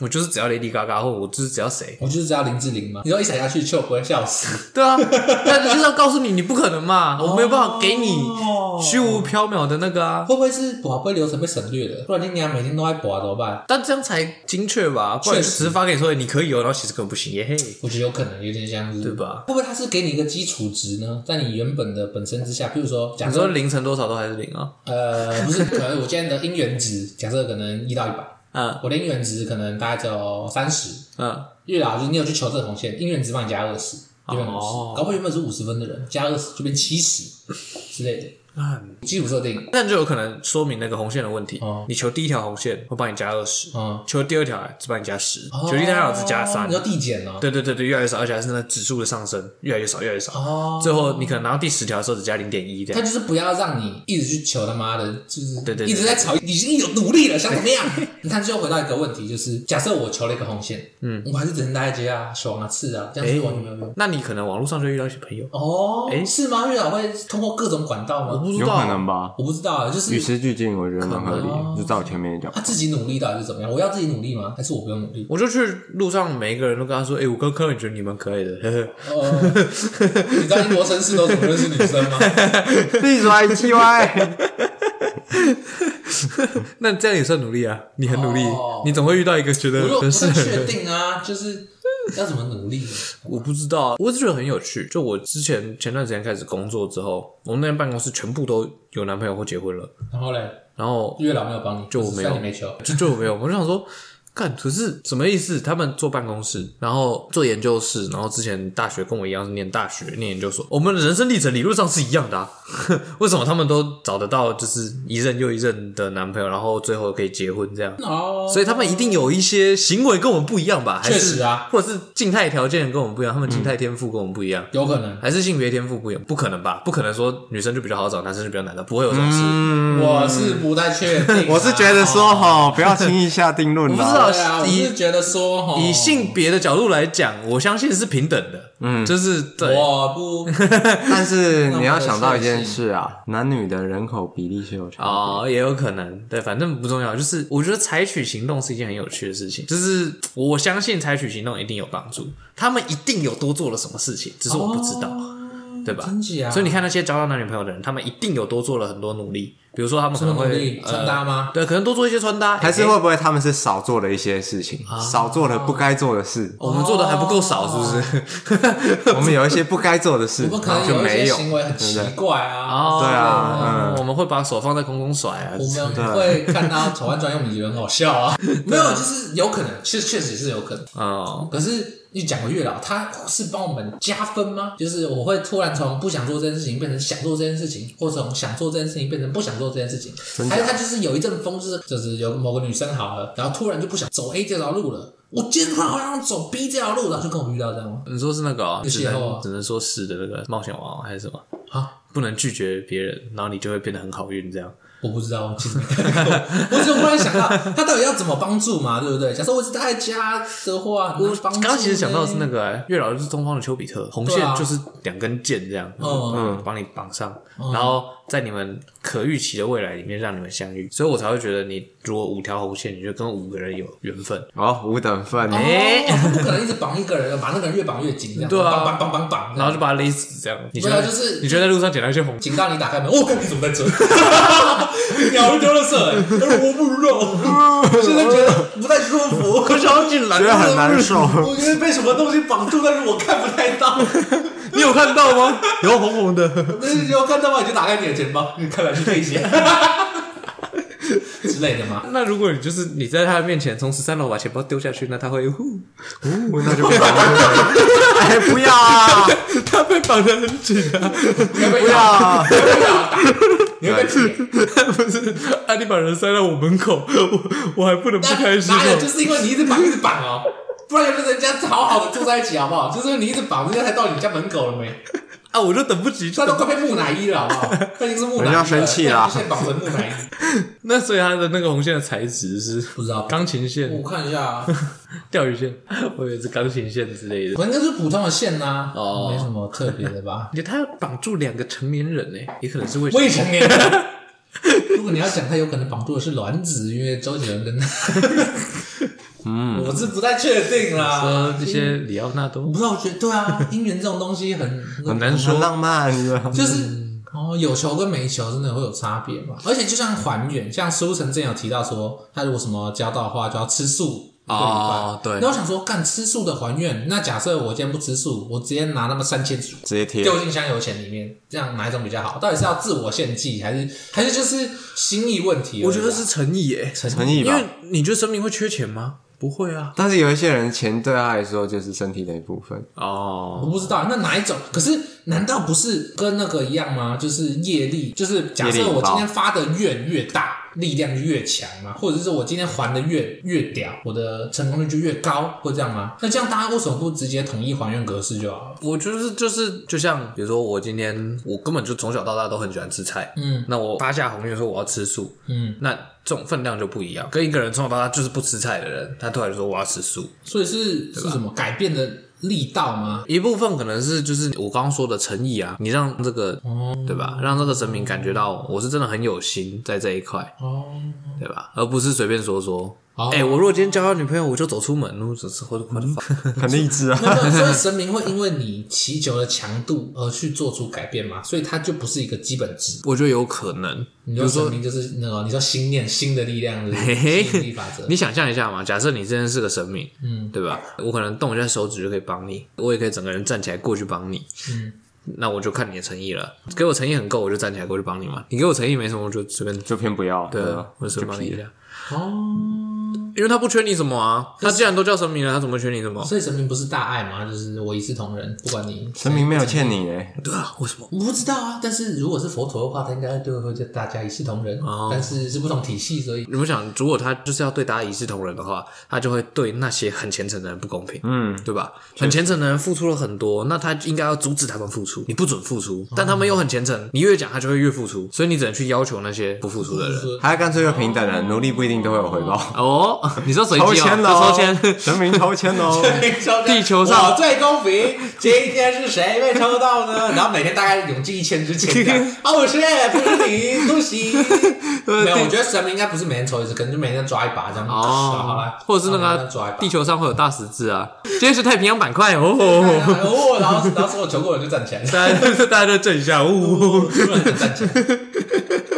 [SPEAKER 2] 我就是只要 Lady Gaga，或者我就是只要谁，
[SPEAKER 1] 我就是知道林志玲嘛，你说一闪下去就不会笑死，
[SPEAKER 2] 对啊， (laughs) 但就是要告诉你，你不可能嘛，我没有办法给你
[SPEAKER 1] 哦
[SPEAKER 2] 虚无缥缈的那个啊。
[SPEAKER 1] 会不会是宝贝流程被省略了？不然你俩每天都在拔怎么办？
[SPEAKER 2] 但这样才精确吧，不然
[SPEAKER 1] 确
[SPEAKER 2] 就
[SPEAKER 1] 实
[SPEAKER 2] 只是发给你说你可以哦，然后其实根本不行耶嘿，
[SPEAKER 1] 我觉得有可能有点像是
[SPEAKER 2] 对？吧？
[SPEAKER 1] 会不会他是给你一个基础值呢？在你原本的本身之下，譬如说，假
[SPEAKER 2] 你说
[SPEAKER 1] 设
[SPEAKER 2] 凌晨多少都还是零啊？
[SPEAKER 1] 呃，不是，可能我今天的姻缘 (laughs) 值，假设可能一到一百，
[SPEAKER 2] 嗯
[SPEAKER 1] 我的姻缘值可能大概只有三十，
[SPEAKER 2] 嗯，
[SPEAKER 1] 月老就是你有去求这个红线，姻缘值帮你加二十，就变五十、
[SPEAKER 2] 哦
[SPEAKER 1] 搞不好原本是五十分的人，加二十就变七十之类的。基础设定，
[SPEAKER 2] 那就有可能说明那个红线的问题
[SPEAKER 1] 哦。
[SPEAKER 2] 你求第一条红线会帮你加二十，
[SPEAKER 1] 嗯，
[SPEAKER 2] 求第二条哎只帮你加十，求第三条只加
[SPEAKER 1] 哦
[SPEAKER 2] 三
[SPEAKER 1] 你。说递减哦，
[SPEAKER 2] 对对对对，越来越少，而且还是那指数的上升，越来越少，越来越少。
[SPEAKER 1] 哦，
[SPEAKER 2] 最后你可能拿到第十条的时候只加零点一这
[SPEAKER 1] 他
[SPEAKER 2] 样。
[SPEAKER 1] 就是不要让你一直去求他妈的，就是
[SPEAKER 2] 对对对
[SPEAKER 1] 一直在吵，已经有努力了，想怎么样？
[SPEAKER 2] (laughs)
[SPEAKER 1] 你看，最后回到一个问题，就是假设我求了一个红线，嗯，我还是只能待在街啊、爽啊、刺啊，这样
[SPEAKER 2] 哎
[SPEAKER 1] 子完全没有用。
[SPEAKER 2] 那你可能网络上就遇到一些朋友，
[SPEAKER 1] 哦，
[SPEAKER 2] 哎
[SPEAKER 1] 是吗？月老会通过各种管道
[SPEAKER 2] 我
[SPEAKER 1] 吗？
[SPEAKER 2] 不知
[SPEAKER 3] 有可能
[SPEAKER 2] 道，
[SPEAKER 3] 吧？
[SPEAKER 1] 我不知道啊，就是
[SPEAKER 3] 与时俱进，我觉得蛮合理
[SPEAKER 1] 可能
[SPEAKER 3] 的，就照我前面讲
[SPEAKER 1] 他。自己努力到底是怎么样？我要自己努力吗？还是我不用努
[SPEAKER 2] (laughs)
[SPEAKER 1] 力？
[SPEAKER 2] 我就去路上每一个人都跟他说，哎，我刚看到你觉得你蛮可爱的， (laughs) 呵呵。
[SPEAKER 1] 哦，你知道英国绅士都怎么认识女生
[SPEAKER 2] (laughs)
[SPEAKER 1] 吗？
[SPEAKER 3] (laughs) 闭嘴，T Y。
[SPEAKER 2] 那这样也算努力啊，你很努力，
[SPEAKER 1] 哦
[SPEAKER 2] 你总会遇到一个觉
[SPEAKER 1] 我
[SPEAKER 2] 得
[SPEAKER 1] 又不
[SPEAKER 2] 很
[SPEAKER 1] 是
[SPEAKER 2] 适合
[SPEAKER 1] 确
[SPEAKER 2] 的。
[SPEAKER 1] 定啊，就是要怎么努力？
[SPEAKER 2] 我不知道，我是觉得很有趣。就我之前前段时间开始工作之后，我们那边办公室全部都有男朋友或结婚了，
[SPEAKER 1] 然后嘞，
[SPEAKER 2] 然后
[SPEAKER 1] 月老没有帮你，
[SPEAKER 2] 就我没有
[SPEAKER 1] 算你没求。
[SPEAKER 2] 就就我没有，我就想说。干，可是什么意思？他们做办公室，然后做研究室，然后之前大学跟我一样是念大学、念研究所，我们的人生历程理论上是一样的啊。 (laughs) 为什么他们都找得到就是一任又一任的男朋友，然后最后可以结婚这样？
[SPEAKER 1] 哦，
[SPEAKER 2] 所以他们一定有一些行为跟我们不一样吧？还是
[SPEAKER 1] 确实啊，
[SPEAKER 2] 或者是静态条件跟我们不一样，他们静态天赋跟我们不一样，
[SPEAKER 1] 有可能。
[SPEAKER 2] 还是性别天赋不一样？不可能吧？不可能说女生就比较好找，男生就比较难找，不会有这种
[SPEAKER 1] 哦
[SPEAKER 2] 事。
[SPEAKER 1] 我是不太确定啊、
[SPEAKER 3] (laughs) 我是觉得说哈，不要轻易下定论哦
[SPEAKER 2] 我不知道
[SPEAKER 3] 啦。
[SPEAKER 1] 对啊，哦 (laughs) 我
[SPEAKER 2] 以
[SPEAKER 1] 是觉得说齁，
[SPEAKER 2] 以性别的角度来讲，我相信是平等的，嗯，就是对，
[SPEAKER 1] 我不
[SPEAKER 3] 但是你要想到一件事啊，男女的人口比例是有差。
[SPEAKER 2] 哦，也有可能，对，反正不重要。就是我觉得采取行动是一件很有趣的事情，就是我相信采取行动一定有帮助，他们一定有多做了什么事情，只是我不知道，对吧？
[SPEAKER 1] 真假？
[SPEAKER 2] 所以
[SPEAKER 1] 你
[SPEAKER 2] 你看那些交到男女朋友的人，他们一定有多做了很多努力，比如说他们可能
[SPEAKER 1] 努
[SPEAKER 2] 会
[SPEAKER 1] 力
[SPEAKER 2] 呃
[SPEAKER 1] 穿搭吗？
[SPEAKER 2] 对，可能多做一些穿搭，
[SPEAKER 3] 还是
[SPEAKER 2] 诶
[SPEAKER 3] 会不会他们是少做了一些事情，
[SPEAKER 1] 啊
[SPEAKER 3] 少做了不该做的事？
[SPEAKER 1] 哦
[SPEAKER 2] 我们做的还不够少，是不是？
[SPEAKER 3] 我们有一些不该做的事，
[SPEAKER 1] (laughs) 我们可能
[SPEAKER 3] 就
[SPEAKER 1] 有一
[SPEAKER 3] 没
[SPEAKER 1] 些
[SPEAKER 3] 有。
[SPEAKER 1] 行为很奇怪啊。
[SPEAKER 2] (laughs) 哦
[SPEAKER 3] 对啊
[SPEAKER 2] 我们会把手放在空中甩啊
[SPEAKER 1] 我，们会看到丑完专用，我们觉得很好笑啊。没有，就是有可能，确确实是有可能。
[SPEAKER 2] 哦，
[SPEAKER 1] 可是你讲回月老，他是帮我们加分吗？就是我会突然从不想做这件事情变成想做这件事情，或从想做这件事情变成不想做这件事情，还是他就是有一阵风，就是就是有某个女生好了，然后突然就不想走 A 这条路了，我今天突然好想走 B 这条路，然后就跟我遇到这样吗？
[SPEAKER 2] 你说是那个哦，
[SPEAKER 1] 有
[SPEAKER 2] 只
[SPEAKER 1] 邂逅
[SPEAKER 2] 能
[SPEAKER 1] 啊
[SPEAKER 2] 只能说是的那个冒险王还是什么？
[SPEAKER 1] 啊，
[SPEAKER 2] 不能拒绝别人，然后你就会变得很好运这样。
[SPEAKER 1] 我不知道，其实没看过我只有忽然想到，他到底要怎么帮助嘛，对不对？假设我只待在家的话，很难帮助
[SPEAKER 2] 刚刚其实想到的是那
[SPEAKER 1] 呢
[SPEAKER 2] 个、欸、月老就是东方的丘比特，红
[SPEAKER 1] 对
[SPEAKER 2] 线
[SPEAKER 1] 啊
[SPEAKER 2] 就是两根箭这样，
[SPEAKER 1] 嗯
[SPEAKER 2] 嗯，帮你绑上，然后在你们可预期的未来里面让你们相遇，所以我才会觉得你如果五条红线，你就跟五个人有缘分。
[SPEAKER 1] 嗯
[SPEAKER 3] 哦，五等份，
[SPEAKER 1] 哦 (laughs)
[SPEAKER 2] 哎
[SPEAKER 1] 他不可能一直绑一个人，把那个人越绑越紧，这样
[SPEAKER 2] 对啊
[SPEAKER 1] 绑绑绑绑绑，
[SPEAKER 2] 然后就把他勒死，这样。你觉
[SPEAKER 1] 对啊
[SPEAKER 2] 得
[SPEAKER 1] 就是
[SPEAKER 2] 你觉得在路上捡到一些红
[SPEAKER 1] 警告你打开门，我哦看你怎么在这？ (laughs) 鸟会丢了色，哎我不知道，现在觉得不太舒服，可是
[SPEAKER 2] 烧进来
[SPEAKER 3] 觉得很难受。
[SPEAKER 1] 我觉得被什么东西绑住，但是我看不太到。
[SPEAKER 2] 你有看到吗？ (laughs) 有红红的，
[SPEAKER 1] 那你要看到吗？你就打开你的钱包，你看来是这些 (laughs) 之类的吗？
[SPEAKER 2] 那如果你就是你在他的面前从十三楼把钱包丢下去，那他会呼，
[SPEAKER 3] (laughs)
[SPEAKER 2] (laughs)
[SPEAKER 3] 那就不要了。 (laughs) 哎，不要啊！
[SPEAKER 2] 他被绑得很紧啊， (laughs)
[SPEAKER 1] 你会被
[SPEAKER 3] 不要
[SPEAKER 1] 打， (laughs)
[SPEAKER 3] 啊！
[SPEAKER 1] 你会被打打，你会被扁。
[SPEAKER 2] 不是？啊，你把人塞到我门口，我我还不能不开心
[SPEAKER 1] 哪有？就
[SPEAKER 2] 哦。
[SPEAKER 1] 是因为你一直绑，一直绑哦，不然有没有人家好好的住在一起，好不好？就是因为你一直绑，人家才到你家门口了没？
[SPEAKER 2] 啊，我就等不及，就
[SPEAKER 1] 他都
[SPEAKER 2] 等
[SPEAKER 1] 快被木乃伊了，好不好？他已经是木乃伊了，
[SPEAKER 3] 人家生气啦
[SPEAKER 1] 他现在绑成木乃伊。
[SPEAKER 2] (laughs) 那所以他的那个红线的材质是
[SPEAKER 1] 不知道
[SPEAKER 2] 钢琴线、
[SPEAKER 1] 我看一下啊，
[SPEAKER 2] 钓鱼线，我以为是钢琴线之类的。
[SPEAKER 1] 我应该是普通的线呐，
[SPEAKER 2] 哦。
[SPEAKER 1] 没什么特别的吧
[SPEAKER 2] 你他绑住两个成年人呢，也可能是未
[SPEAKER 1] (laughs) 未成年人，如果你要讲，他有可能绑住的是卵子，因为周杰伦 (laughs) 跟，嗯，我是不太确定啦。
[SPEAKER 2] 说这些里奥纳
[SPEAKER 1] 我
[SPEAKER 2] 多
[SPEAKER 1] 不知道，我觉得对啊，姻缘这种东西很
[SPEAKER 2] 嗯很难嗯
[SPEAKER 3] 很
[SPEAKER 2] 说。
[SPEAKER 3] 浪漫，你知道吗
[SPEAKER 1] 就是。哦，有球跟没球真的会有差别嘛？而且就像还原，像苏晨之前有提到说，他如果什么交到的话，就要吃素一个礼拜
[SPEAKER 2] 哦对
[SPEAKER 1] 那我想说，干吃素的还原，那假设我今天不吃素，我直接拿那么三千
[SPEAKER 3] 直接贴
[SPEAKER 1] 丢进香油钱里面，这样哪一种比较好？到底是要自我献祭，还是还是就是心意问题而已啊？
[SPEAKER 2] 我觉得是诚意耶，
[SPEAKER 3] 诚意
[SPEAKER 2] 因
[SPEAKER 3] 吧
[SPEAKER 2] 为。你觉得生命会缺钱吗？不会啊。
[SPEAKER 3] 但是有一些人钱对他来说就是身体的一部分，
[SPEAKER 1] 我
[SPEAKER 2] 哦，
[SPEAKER 1] 不知道，那哪一种？可是难道不是跟那个一样吗？就是业力，就是假
[SPEAKER 3] 业
[SPEAKER 1] 设
[SPEAKER 3] 力
[SPEAKER 1] 我
[SPEAKER 3] 引爆
[SPEAKER 1] 今天发的愿越大，力量就越强嘛，或者是我今天还的越越屌，我的成功率就越高，会这样吗？那这样大家为什么不直接统一还愿格式就好了？
[SPEAKER 2] 我就是就是，就像比如说，我今天我根本就从小到大都很喜欢吃菜，
[SPEAKER 1] 嗯，
[SPEAKER 2] 那我发下红愿说我要吃素，
[SPEAKER 1] 嗯，
[SPEAKER 2] 那这种分量就不一样。跟一个人从小到大就是不吃菜的人，他突然说我要吃素，
[SPEAKER 1] 所以是是什么改变的力道吗？
[SPEAKER 2] 一部分可能是就是我刚刚说的诚意啊，你让这个、
[SPEAKER 1] 哦
[SPEAKER 2] 对吧，让这个神明感觉到我是真的很有心在这一块，
[SPEAKER 1] 哦，
[SPEAKER 2] 对吧？而不是随便说说。哎、
[SPEAKER 1] 哦
[SPEAKER 2] 我如果今天交到女朋友，我就走出门，我只是或者或者
[SPEAKER 1] 嗯
[SPEAKER 3] 很励志啊。
[SPEAKER 1] 没有，所以神明会因为你祈求的强度而去做出改变嘛，所以它就不是一个基本值。
[SPEAKER 2] (laughs) 我觉得有可能。
[SPEAKER 1] 你
[SPEAKER 2] 比如
[SPEAKER 1] 说
[SPEAKER 2] 说
[SPEAKER 1] 神明就是那个，你说心念、新的力量，就是
[SPEAKER 2] 嘿嘿
[SPEAKER 1] 吸引力法则。
[SPEAKER 2] 你想象一下嘛，假设你真的是个神明，
[SPEAKER 1] 嗯，
[SPEAKER 2] 对吧？我可能动一下手指就可以帮你，我也可以整个人站起来过去帮你。
[SPEAKER 1] 嗯，
[SPEAKER 2] 那我就看你的诚意了。给我诚意很够，我就站起来过去帮你嘛。你给我诚意没什么，我就随便
[SPEAKER 3] 就偏不要，
[SPEAKER 2] 对
[SPEAKER 3] 吧
[SPEAKER 2] 啊，我就随便帮你一下。
[SPEAKER 1] 哦，
[SPEAKER 2] 因为他不缺你什么啊，他既然都叫神明了，他怎么缺你什么？
[SPEAKER 1] 所以神明不是大爱嘛，就是我一视同仁，不管你。
[SPEAKER 3] 神明没有欠你哎，
[SPEAKER 2] 对啊，为什么？
[SPEAKER 1] 我不知道啊，但是如果是佛陀的话，他应该对会对大家一视同仁，
[SPEAKER 2] 哦
[SPEAKER 1] 但是是不同体系，所以
[SPEAKER 2] 你们想，如果他就是要对大家一视同仁的话，他就会对那些很虔诚的人不公平，嗯，对吧？很虔诚的人付出了很多，那他应该要阻止他们付出，你不准付出，但他们又很虔诚，你越讲他就会越付出，所以你只能去要求那些不付出的人。
[SPEAKER 1] 说
[SPEAKER 3] 还要干脆又平等了，努力不一定都会有
[SPEAKER 1] (laughs)
[SPEAKER 3] 回报。
[SPEAKER 2] 哦， (laughs) 你说谁
[SPEAKER 3] 抽
[SPEAKER 2] 机
[SPEAKER 3] 签
[SPEAKER 2] 哦，
[SPEAKER 3] 喽！
[SPEAKER 2] 抽 (laughs) 签，
[SPEAKER 3] 神明抽签
[SPEAKER 1] (laughs)
[SPEAKER 3] 哦喽！
[SPEAKER 2] (laughs) 地球上
[SPEAKER 1] 我最公平，今天是谁被抽到
[SPEAKER 2] (laughs)
[SPEAKER 1] 呢？然后每天大概涌进一千支签这样，哦，是不是你？恭
[SPEAKER 2] (laughs)
[SPEAKER 1] 喜！没有，我觉得神明应该不是每天抽一次，可能就每天抓一把这样。
[SPEAKER 2] 呃哦，
[SPEAKER 1] 好了，
[SPEAKER 2] 或者是那
[SPEAKER 1] 好啦
[SPEAKER 2] 个
[SPEAKER 1] 那抓一把
[SPEAKER 2] 地。球上会有大十字啊，今天是太平洋板
[SPEAKER 1] 哎
[SPEAKER 2] 块 (laughs) 哦，
[SPEAKER 1] 哦，然后然后所有求过人就站起来，
[SPEAKER 2] 大家大家就震一下，呜、哦，
[SPEAKER 1] 所有人就站起来。
[SPEAKER 2] (laughs)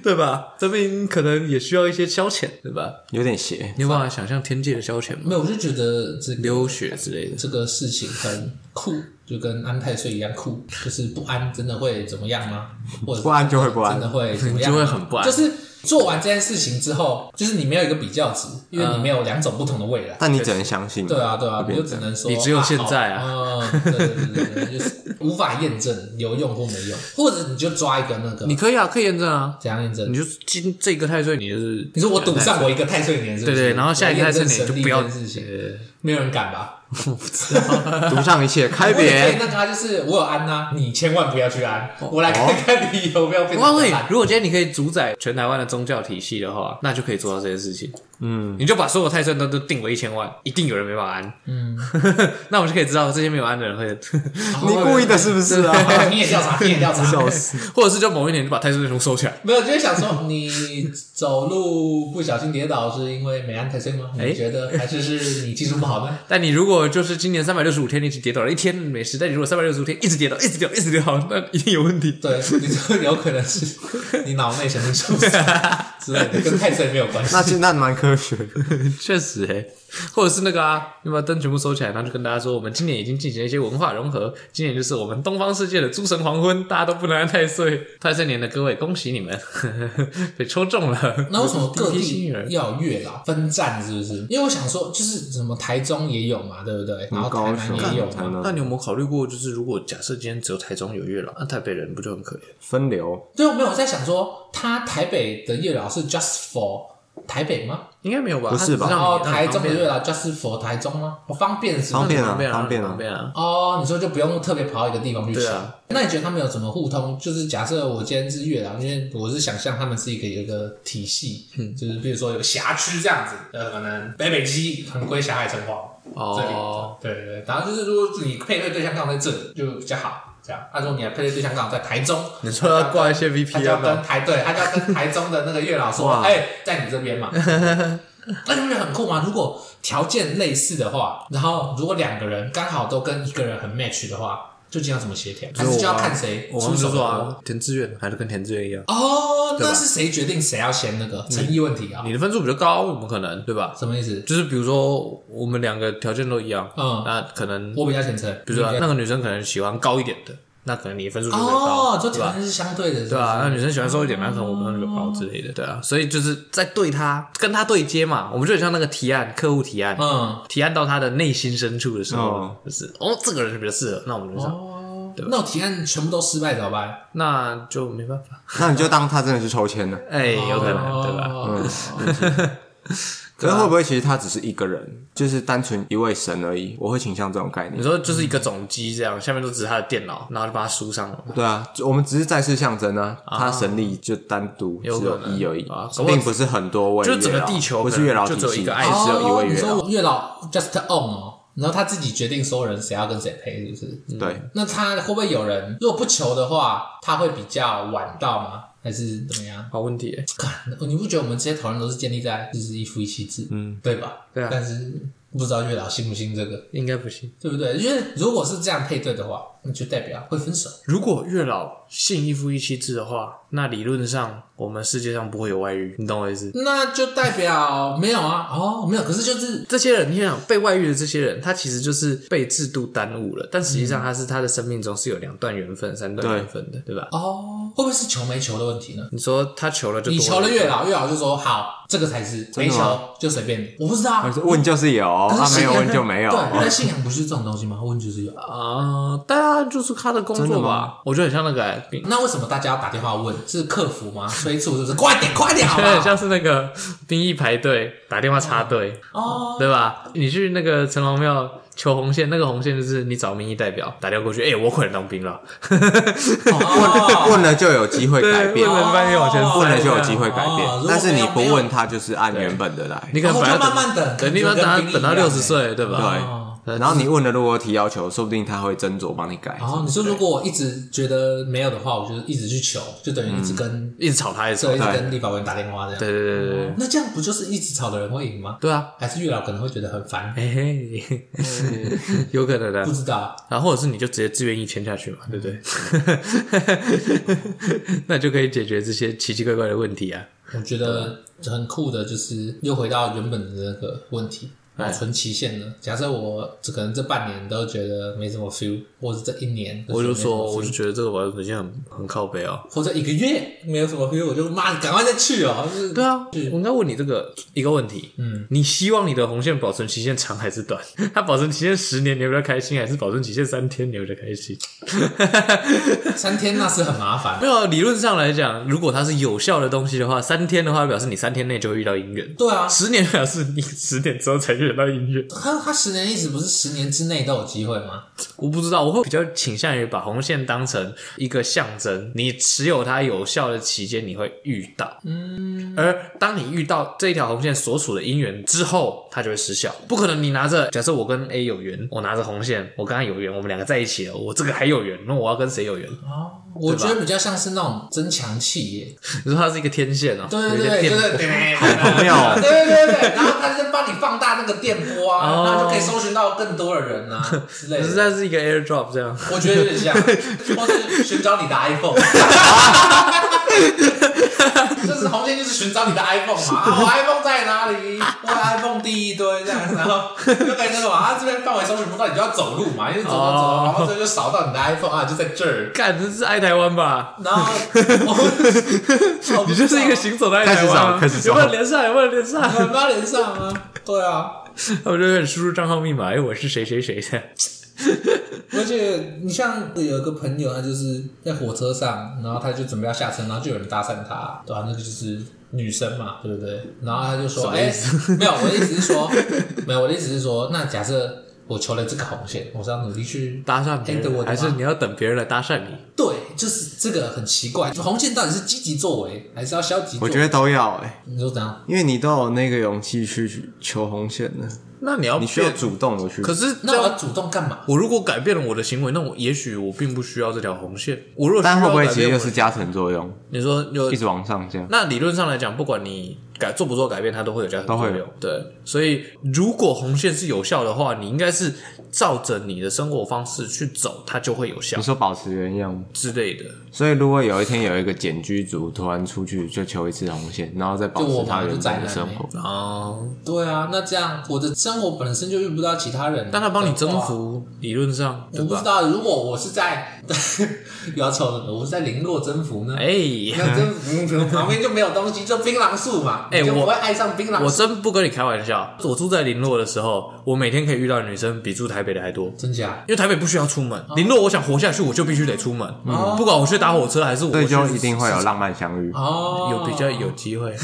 [SPEAKER 2] 对吧？这边可能也需要一些消遣，对吧？
[SPEAKER 3] 有点邪，
[SPEAKER 2] 你有办法想象天界的消遣吗？
[SPEAKER 1] 没有，我就觉得这个
[SPEAKER 2] 流血之类的。
[SPEAKER 1] 这个事情很酷，就跟安太岁一样酷，就是不安真的会怎么样吗？或者
[SPEAKER 3] 不安就会不
[SPEAKER 1] 真的
[SPEAKER 3] 安。
[SPEAKER 1] 会怎么样？
[SPEAKER 2] 就会很不安
[SPEAKER 1] 就是做完这件事情之后，就是你没有一个比较值，因为
[SPEAKER 2] 嗯
[SPEAKER 1] 你没有两种不同的未来。
[SPEAKER 3] 但你只能相信，
[SPEAKER 1] 对啊，对啊，
[SPEAKER 3] 会
[SPEAKER 1] 你
[SPEAKER 3] 变
[SPEAKER 1] 就只能说
[SPEAKER 2] 你只有现在啊
[SPEAKER 1] 哦嗯，对对对对对，就是无法验证有用或没用，或者你就抓一个那个
[SPEAKER 2] 你可以啊，可以验证啊，
[SPEAKER 1] 怎样验证
[SPEAKER 2] 你？就今这个太岁，你就是
[SPEAKER 1] 你说我赌上我一个太岁年，是不是
[SPEAKER 2] 对对然后下一个太岁年
[SPEAKER 1] 我验证
[SPEAKER 2] 就不要
[SPEAKER 1] 神力这件事情，没有人敢吧？
[SPEAKER 3] 读上一切
[SPEAKER 1] (laughs)
[SPEAKER 3] 开
[SPEAKER 1] 我也可以
[SPEAKER 3] 别。
[SPEAKER 1] 那个啊就是我有安呐、你千万不要去安，我来
[SPEAKER 2] 哦
[SPEAKER 1] 看看你有没有变
[SPEAKER 2] 我告诉
[SPEAKER 1] 成
[SPEAKER 2] 你
[SPEAKER 1] 安。，
[SPEAKER 2] 如果今天你可以主宰全台湾的宗教体系的话，那就可以做到这件事情。嗯，你就把所有泰山都都定为一千万，一定有人没办法安。嗯， (laughs) 那我们就可以知道这些没有安的人会， (laughs)
[SPEAKER 3] 你故意的是不是
[SPEAKER 1] (laughs)
[SPEAKER 3] 啊？
[SPEAKER 1] 哦 (laughs) 你也调查，你也调
[SPEAKER 2] (laughs)
[SPEAKER 1] 查，(laughs)
[SPEAKER 3] 笑死！
[SPEAKER 2] 或者是就某一年就把泰山全部收起来。
[SPEAKER 1] 没有，就是想说你走路不小心跌倒是因为美安太岁吗？
[SPEAKER 2] 哎
[SPEAKER 1] 你觉得还是是你技术不好 (laughs) 呢？
[SPEAKER 2] 但你如果就是今年三百六十五天你只跌倒了一天没事，但你如果三百六十五天一直跌倒，一直跌倒，一直跌倒，那一定有问题。
[SPEAKER 1] 对，你这有可能是你脑内神经受损之类的，跟太岁没有关系。
[SPEAKER 3] 那其实那蛮科学的，
[SPEAKER 2] 确实诶、或者是那个啊，你把灯全部收起来，然后就跟大家说，我们今年已经进行了一些文化融合，今年就是我们东方世界的诸神黄昏，大家都不能安太岁。太岁年的各位，恭喜你们被抽中了。
[SPEAKER 1] 那为什么各
[SPEAKER 2] 第一批幸
[SPEAKER 1] 地
[SPEAKER 2] 运儿
[SPEAKER 1] 要有月老分站？是不是？因为我想说，就是什么台中也有嘛，对不对？然后台
[SPEAKER 3] 高
[SPEAKER 1] 南
[SPEAKER 3] 雄、
[SPEAKER 1] 也有
[SPEAKER 3] 台
[SPEAKER 1] 嘛。
[SPEAKER 2] 那
[SPEAKER 3] 南
[SPEAKER 2] 你有没有考虑过，就是如果假设今天只有台中有月老，那台北人不就很可怜？
[SPEAKER 3] 分流，
[SPEAKER 1] 对，我没有我在想说，他台北的月老是 just for 台北吗？
[SPEAKER 2] 应该没有吧？
[SPEAKER 3] 不是吧
[SPEAKER 2] 他
[SPEAKER 1] 然
[SPEAKER 2] 只让你
[SPEAKER 1] 后
[SPEAKER 2] 让你
[SPEAKER 1] 台啊中的
[SPEAKER 2] 方便
[SPEAKER 1] 月老 just for 台中吗？我方便是不是
[SPEAKER 3] 方便啊
[SPEAKER 2] 方便啊，
[SPEAKER 3] 方便啊
[SPEAKER 2] 方便啊。
[SPEAKER 1] 哦，你说就不用特别跑一个地方去
[SPEAKER 2] 对
[SPEAKER 1] 吃。
[SPEAKER 2] 啊
[SPEAKER 1] 那你觉得他们有什么互通？就是假设我今天是月老，因为我是想象他们是一个有一个体系，
[SPEAKER 2] 嗯
[SPEAKER 1] 就是比如说有辖区这样子，呃，可能北北基可能归霞海城隍这里，
[SPEAKER 2] 哦，
[SPEAKER 1] 对对对。然后就是如果你配对对象刚好在这里，就比较好。这样，那、如果你的配对对象刚好在台中，
[SPEAKER 2] 你说要挂一些
[SPEAKER 1] 他就要
[SPEAKER 2] VPN
[SPEAKER 1] 跟
[SPEAKER 2] 吗？
[SPEAKER 1] 台对，他就要跟台中的那个月老
[SPEAKER 2] (laughs)
[SPEAKER 1] 说，
[SPEAKER 3] 哇
[SPEAKER 1] 哎、在你这边嘛。 (laughs) 那你不觉得很酷啊吗？如果条件类似的话，然后如果两个人刚好都跟一个人很 match 的话，究竟要怎么协调？还是就要看谁
[SPEAKER 2] 我
[SPEAKER 1] 出
[SPEAKER 2] 们就
[SPEAKER 1] 手
[SPEAKER 2] 说
[SPEAKER 1] 多？
[SPEAKER 2] 啊，填志愿还是跟填志愿一样，
[SPEAKER 1] 哦，
[SPEAKER 2] 吧
[SPEAKER 1] 那是谁决定谁要先那个诚意问题啊？
[SPEAKER 2] 你的分数比较高，怎么可能对吧？
[SPEAKER 1] 什么意思？
[SPEAKER 2] 就是比如说我们两个条件都一样，
[SPEAKER 1] 嗯
[SPEAKER 2] 那可能
[SPEAKER 1] 我比较虔诚，
[SPEAKER 2] 比如说
[SPEAKER 1] 你觉得
[SPEAKER 2] 那个女生可能喜欢高一点的，那可能你分数就会高，
[SPEAKER 1] 哦，就
[SPEAKER 2] 对
[SPEAKER 1] 条
[SPEAKER 2] 吧？
[SPEAKER 1] 件是相对的，是不是
[SPEAKER 2] 对啊，那女生喜欢瘦一点，那可能我们分数就高之类的，对
[SPEAKER 1] 哦
[SPEAKER 2] 啊，所以就是在对她跟她对接嘛，我们就很像那个提案客户提案，
[SPEAKER 1] 嗯，
[SPEAKER 2] 提案到她的内心深处的时候
[SPEAKER 3] 哦，
[SPEAKER 2] 就是哦，这个人是比较适合，那我们就上，
[SPEAKER 1] 哦
[SPEAKER 2] 对吧
[SPEAKER 1] 那我提案全部都失败怎么办？
[SPEAKER 2] 那就没办法，
[SPEAKER 3] 那你就当他真的是抽签了。
[SPEAKER 2] 哎，有可能
[SPEAKER 1] 哦
[SPEAKER 2] 对吧？嗯
[SPEAKER 1] 啊
[SPEAKER 3] 可是会不会其实他只是一个人，就是单纯一位神而已？我会倾向这种概
[SPEAKER 2] 你
[SPEAKER 3] 念。
[SPEAKER 2] 说就是一个总机这样，下面都只是他的电脑，然后就把它输上了。
[SPEAKER 3] 对啊，就我们只是再次象征啊，他神力就单独只
[SPEAKER 2] 有可
[SPEAKER 3] 有
[SPEAKER 2] 能
[SPEAKER 3] 一而已
[SPEAKER 2] 啊搞，不好
[SPEAKER 3] 并不是很多位月
[SPEAKER 2] 就
[SPEAKER 3] 老，
[SPEAKER 2] 整个地球
[SPEAKER 3] 不
[SPEAKER 2] 可
[SPEAKER 3] 是
[SPEAKER 2] 能
[SPEAKER 3] 月老
[SPEAKER 2] 就
[SPEAKER 3] 体
[SPEAKER 2] 只有一
[SPEAKER 3] 系，
[SPEAKER 2] 个爱
[SPEAKER 3] 只
[SPEAKER 1] 哦，
[SPEAKER 3] 有一位月
[SPEAKER 1] 你
[SPEAKER 3] 老。
[SPEAKER 1] 说月老 just on 哦，然后他自己决定所有人谁要跟谁配，是不是？
[SPEAKER 3] 对，
[SPEAKER 1] 那他会不会有人如果不求的话，他会比较晚到吗？还是怎么样？
[SPEAKER 2] 好问题耶，
[SPEAKER 1] 看，你不觉得我们这些讨论都是建立在就是一夫一妻制，嗯，对吧？
[SPEAKER 2] 对啊
[SPEAKER 1] 但是不知道月老信不信这个，
[SPEAKER 2] 应该不信。
[SPEAKER 1] 对不对？因为如果是这样配对的话，那就代表会分手。
[SPEAKER 2] 如果月老信一夫一妻制的话，那理论上我们世界上不会有外遇，你懂我意思？
[SPEAKER 1] 那就代表没有啊，哦，没有。可是就是
[SPEAKER 2] 这些人，你想被外遇的这些人，他其实就是被制度耽误了，但实际上他是他的生命中是有两段缘分、三段缘分的，对吧？
[SPEAKER 1] 哦，会不会是求没求的问题呢？
[SPEAKER 2] 你说他求了就多
[SPEAKER 1] 你求了月，老，月老就说好，这个才是没
[SPEAKER 3] 的吗
[SPEAKER 1] 求就随便你。我不知道啊，
[SPEAKER 3] 问就是有，
[SPEAKER 1] 可
[SPEAKER 3] 啊
[SPEAKER 1] 是
[SPEAKER 3] 没
[SPEAKER 1] 信
[SPEAKER 3] 有
[SPEAKER 1] 仰
[SPEAKER 3] 问就没有。
[SPEAKER 1] 对，但信仰不是这种东西吗？问就是有。
[SPEAKER 2] 啊，当然就是他的工
[SPEAKER 3] 真
[SPEAKER 2] 作
[SPEAKER 3] 的吗
[SPEAKER 2] 吧，我觉得很像那个欸，
[SPEAKER 1] 那为什么大家要打电话问？是客服吗？催促就是 (laughs) 快点快点好
[SPEAKER 2] 有
[SPEAKER 1] 不
[SPEAKER 2] (laughs) 点
[SPEAKER 1] 好？
[SPEAKER 2] 像是那个兵役排队打电话插队，
[SPEAKER 1] 哦，
[SPEAKER 2] 对吧？你去那个城隍庙求红线，那个红线就是你找民意代表打电话过去，哎、我可能当兵了，
[SPEAKER 1] 哦
[SPEAKER 3] 问了就有机会改变，
[SPEAKER 2] 问了啊半天往前
[SPEAKER 1] 哦
[SPEAKER 3] 问了就有机会改
[SPEAKER 1] 哦
[SPEAKER 3] 变
[SPEAKER 1] 如果没有，
[SPEAKER 3] 但是你不问他就是按原本的来。
[SPEAKER 2] 你可能
[SPEAKER 1] 哦
[SPEAKER 2] 本来
[SPEAKER 1] 就慢慢等
[SPEAKER 2] 等你要等
[SPEAKER 1] 就跟兵
[SPEAKER 2] 到
[SPEAKER 1] 役
[SPEAKER 2] 等到
[SPEAKER 1] 一样
[SPEAKER 2] 六十岁，对吧？
[SPEAKER 3] 对，然后你问了，如果提要求，说不定他会斟酌帮你改。
[SPEAKER 2] 啊
[SPEAKER 1] 哦，你说如果我一直觉得没有的话，我就一直去求，就等
[SPEAKER 3] 嗯
[SPEAKER 1] 于一直跟
[SPEAKER 2] 一直吵他，一直吵
[SPEAKER 1] 这一直
[SPEAKER 2] 他，
[SPEAKER 1] 跟立法委员打电话这样。
[SPEAKER 2] 对对对对对
[SPEAKER 1] 那这样不就是一直吵的人会赢吗？
[SPEAKER 2] 对啊！
[SPEAKER 1] 还是月老可能会觉得很烦？
[SPEAKER 2] 嘿嘿，
[SPEAKER 1] 嗯
[SPEAKER 2] (laughs) 有可能的
[SPEAKER 1] 不。知道，啊
[SPEAKER 2] 然后或者是你就直接自愿意签下去嘛，对不 (laughs) 对？那就可以解决这些奇奇怪怪的问题啊。
[SPEAKER 1] 我觉得很酷的，就是又回到原本的那个问题，
[SPEAKER 2] 哎
[SPEAKER 1] 保存期限呢？假设我这可能这半年都觉得没什么 feel，或者这一年，
[SPEAKER 2] 我就
[SPEAKER 1] 没什么
[SPEAKER 2] 说，
[SPEAKER 1] feel
[SPEAKER 2] 我就觉得这个玩本线很很靠背哦。
[SPEAKER 1] 或者一个月没有什么 feel，我就妈赶快再去哦。就是
[SPEAKER 2] 对啊，我应该问你这个一个问题，
[SPEAKER 1] 嗯，
[SPEAKER 2] 你希望你的红线保存期限长还是短？ (laughs) 它保存期限十年，你会比较开心，还是保存期限三天，你会比较开心？
[SPEAKER 1] 三天那是很麻烦。
[SPEAKER 2] 没有，啊理论上来讲，如果它是有效的东西的话，三天的话表示你三天内就会遇到姻缘，
[SPEAKER 1] 对啊，
[SPEAKER 2] 十年表示你十年之后才遇想到音乐。
[SPEAKER 1] 他他十年意思不是十年之内都有机会吗？
[SPEAKER 2] 我不知道，我会比较倾向于把红线当成一个象征，你持有它有效的期间，你会遇到。嗯，而当你遇到这一条红线所属的姻缘之后，它就会失效。不可能，你拿着假设我跟 A 有缘，我拿着红线，我跟他有缘，我们两个在一起了，我这个还有缘，那我要跟谁有缘？ (laughs)
[SPEAKER 1] 我觉得比较像是那种增强器耶，
[SPEAKER 2] 你说它是一个天线哦、
[SPEAKER 1] 对对
[SPEAKER 2] 有一个
[SPEAKER 1] 对，
[SPEAKER 2] 电
[SPEAKER 1] 就
[SPEAKER 2] 波 (laughs)
[SPEAKER 1] 是对，
[SPEAKER 3] 好妙哦
[SPEAKER 1] 对对对对，然后他就帮你放大那个电波啊，
[SPEAKER 2] 哦
[SPEAKER 1] 然后就可以搜寻到更多的人啊之类
[SPEAKER 2] 可是
[SPEAKER 1] 的。
[SPEAKER 2] 它是一个 AirDrop 这样。
[SPEAKER 1] 我觉得有点像，或是寻找你的 iPhone，就是红线就是寻找你的 iPhone 嘛，啊，我 iPhone 在哪里？我的 iPhone 第一堆这样，然后就可以那种啊，这边范围搜寻不到，你就要走路嘛，因为走走走，然后这就扫到你的 iPhone 啊，就在这儿。
[SPEAKER 2] 干，这是爱台湾
[SPEAKER 1] (laughs)
[SPEAKER 2] 吧？
[SPEAKER 1] 然后我
[SPEAKER 2] 你就是一个行走的爱
[SPEAKER 3] 开
[SPEAKER 2] 台
[SPEAKER 3] 始
[SPEAKER 2] 湾啊、
[SPEAKER 3] 找开始找
[SPEAKER 2] 有没有连上？有没有连上？
[SPEAKER 1] 很八连上啊，对啊，
[SPEAKER 2] 我就开始输入账号密码，哎、我是谁谁谁的。
[SPEAKER 1] 而且你像有一个朋友，他就是在火车上，然后他就准备要下车，然后就有人搭讪他，对吧、那个就是女生嘛，对不对？然后他就说：“哎、没有，我的意思是说，没有，我的意思是说，那假设我求了这个红线，我是要努力去
[SPEAKER 2] 搭讪别
[SPEAKER 1] handle 我
[SPEAKER 2] 人，
[SPEAKER 1] 的
[SPEAKER 2] 还是
[SPEAKER 1] 吗
[SPEAKER 2] 你要等别人来搭讪你？
[SPEAKER 1] 对，就是这个很奇怪，红线到底是积极作为还是要消极作
[SPEAKER 3] 我
[SPEAKER 1] 为？
[SPEAKER 3] 觉得都要哎、
[SPEAKER 1] 你说怎样？
[SPEAKER 3] 因为你都有那个勇气去求红线了，
[SPEAKER 2] 那你要
[SPEAKER 3] 你需要主动的去。
[SPEAKER 2] 可是这
[SPEAKER 1] 那我要
[SPEAKER 2] 样，
[SPEAKER 1] 主动干嘛？
[SPEAKER 2] 我如果改变了我的行为，那我也许我并不需要这条红线。我如果需要
[SPEAKER 3] 但会不会
[SPEAKER 2] 改
[SPEAKER 3] 其实
[SPEAKER 2] 变
[SPEAKER 3] 又
[SPEAKER 2] 我
[SPEAKER 3] 是加成作用，
[SPEAKER 2] 你说就
[SPEAKER 3] 一直往上这样？
[SPEAKER 2] 那理论上来讲，不管你改做不做改变，它都会有加成作
[SPEAKER 3] 都会
[SPEAKER 2] 用。对，所以如果红线是有效的话，你应该是照着你的生活方式去走，它就会有效
[SPEAKER 3] 你说保持原样吗？
[SPEAKER 2] 之类的。
[SPEAKER 3] 所以如果有一天有一个简居族突然出去就求一次红线，然后再保
[SPEAKER 1] 就我
[SPEAKER 3] 持
[SPEAKER 1] 们
[SPEAKER 3] 他
[SPEAKER 1] 就
[SPEAKER 3] 原
[SPEAKER 1] 宅
[SPEAKER 3] 本的
[SPEAKER 1] 男
[SPEAKER 3] 生
[SPEAKER 1] 欸
[SPEAKER 3] 活，
[SPEAKER 2] 哦，
[SPEAKER 1] 对啊，那这样我的生活本身就遇不到其他人的话，
[SPEAKER 2] 但他帮你征服，理论上对
[SPEAKER 1] 我不知道，
[SPEAKER 2] 吧？
[SPEAKER 1] 如果我是在 (laughs) 比较丑的，我是在零落征服呢？
[SPEAKER 2] 哎、
[SPEAKER 1] 那征
[SPEAKER 2] (laughs)
[SPEAKER 1] 服旁边就没有东西，就槟榔树嘛，
[SPEAKER 2] 哎
[SPEAKER 1] 你就不
[SPEAKER 2] 我
[SPEAKER 1] 会爱上槟榔
[SPEAKER 2] (laughs) 我
[SPEAKER 1] 树。
[SPEAKER 2] 真不跟你开玩笑，我住在林落的时候，我每天可以遇到的女生比住台北的还多。
[SPEAKER 1] 真假？
[SPEAKER 2] 因为台北不需要出门，林落我想活下去，我就必须得出门。不管我去搭火车还是我
[SPEAKER 3] 所以就
[SPEAKER 2] 去
[SPEAKER 3] 一定会有浪漫相遇。
[SPEAKER 1] 哦，
[SPEAKER 2] 有比较有机会。 (laughs)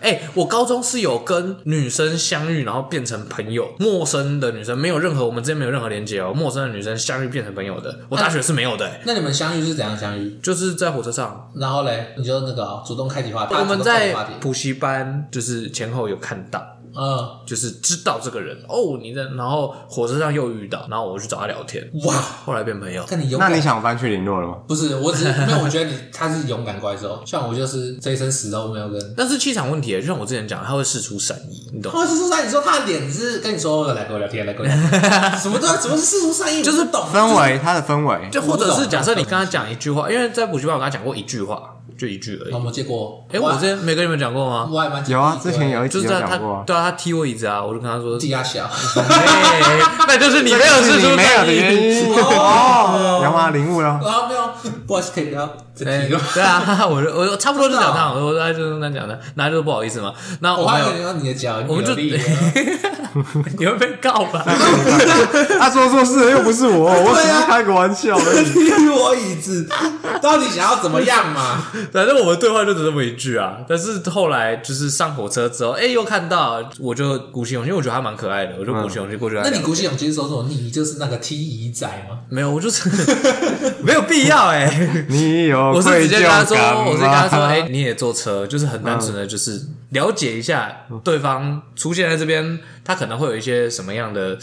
[SPEAKER 2] 哎、我高中是有跟女生相遇，然后变成朋友，陌生的女生没有任何我们之间没有任何连接哦，陌生的女生相遇变成朋友的，我大学是没有的、哎
[SPEAKER 1] 那你们相遇是怎样相遇？
[SPEAKER 2] 就是在火车上，
[SPEAKER 1] 然后嘞，你就那个哦主动开启话题，
[SPEAKER 2] 我们
[SPEAKER 1] 他
[SPEAKER 2] 在
[SPEAKER 1] 主动开启话题，
[SPEAKER 2] 补习班，就是前后有看到。
[SPEAKER 1] 嗯，
[SPEAKER 2] 就是知道这个人哦，你在，然后火车上又遇到，然后我去找他聊天，
[SPEAKER 1] 哇，
[SPEAKER 2] 后来变朋友。
[SPEAKER 1] 看你勇
[SPEAKER 3] 那
[SPEAKER 1] 敢
[SPEAKER 3] 你。想搬去林诺了吗？
[SPEAKER 1] 不是，我只是没有，我觉得你他是勇敢怪兽，像我就是这一生死都没有跟。
[SPEAKER 2] 但是气场问题，就像我之前讲，他会试出善意，你懂吗？
[SPEAKER 1] 哦，是说善意，你说他的脸是跟你说来跟我聊天，来跟我聊
[SPEAKER 2] (laughs)
[SPEAKER 1] 天，什么都什么是世俗善意，
[SPEAKER 2] 就是
[SPEAKER 1] 我不懂
[SPEAKER 3] 氛围，它的氛围，
[SPEAKER 2] 就或者是假设你跟他讲一句话，因为在补习班我跟他讲过一句话，就一句而已
[SPEAKER 1] 有。没有见过？
[SPEAKER 2] 哎、我之前没跟你们讲过吗？
[SPEAKER 1] 我还蛮
[SPEAKER 3] 有啊，之前有一
[SPEAKER 2] 就
[SPEAKER 3] 集
[SPEAKER 2] 是
[SPEAKER 3] 有
[SPEAKER 2] 他
[SPEAKER 3] 讲
[SPEAKER 2] 他
[SPEAKER 3] 过啊。
[SPEAKER 2] 对啊，他踢我椅子啊，我就跟他说， (laughs)
[SPEAKER 1] 地压
[SPEAKER 3] (laughs)
[SPEAKER 1] 小，啊
[SPEAKER 2] 哎，那就是你没有
[SPEAKER 3] 这
[SPEAKER 2] 事
[SPEAKER 3] 是
[SPEAKER 2] 出
[SPEAKER 3] 你没有的
[SPEAKER 2] 原
[SPEAKER 3] 原
[SPEAKER 2] 因。
[SPEAKER 3] 因
[SPEAKER 1] 哦
[SPEAKER 3] 哦，杨华领悟了。
[SPEAKER 1] 然后没有，不好意思，可以不要这
[SPEAKER 2] 哎
[SPEAKER 1] 题了。
[SPEAKER 2] (laughs) 对啊，我就我差不多就讲他，我大概就是那讲的，那就不好意思嘛。
[SPEAKER 3] 哎
[SPEAKER 2] 那
[SPEAKER 1] 我
[SPEAKER 2] 我
[SPEAKER 1] 还
[SPEAKER 2] 还
[SPEAKER 1] 以为
[SPEAKER 2] 有，
[SPEAKER 1] 你要你的脚，
[SPEAKER 2] 我们就
[SPEAKER 1] 你有力啊了
[SPEAKER 3] (laughs)
[SPEAKER 2] (laughs) 你会被告吧？
[SPEAKER 3] 他啊说错事了，又不是我，我只是开个玩笑而 (laughs) 已。
[SPEAKER 1] 踢 (laughs) 我椅子，到底想要怎么样
[SPEAKER 3] (laughs)
[SPEAKER 1] 嘛？
[SPEAKER 2] 反正我们对话就只这么一句啊。但是后来就是上火车之后，哎，又看到，我就鼓起勇气，因为我觉得他蛮可爱的，我就鼓起勇气过去跟他
[SPEAKER 1] 那
[SPEAKER 2] 聊。
[SPEAKER 1] 你鼓起勇气说什么？你就是那个踢椅仔吗？
[SPEAKER 2] 没有，我就是
[SPEAKER 3] (laughs)
[SPEAKER 2] 没有必要哎、
[SPEAKER 3] 你有
[SPEAKER 2] 我是直
[SPEAKER 3] 愧
[SPEAKER 2] 接
[SPEAKER 3] 疚
[SPEAKER 2] 跟他
[SPEAKER 3] 感啊
[SPEAKER 2] 说，我是跟他说，
[SPEAKER 3] 吗
[SPEAKER 2] 哎、你也坐车，就是很单纯的，就是了解一下
[SPEAKER 3] 嗯
[SPEAKER 2] 对方出现在这边，他可能会有一些什么样的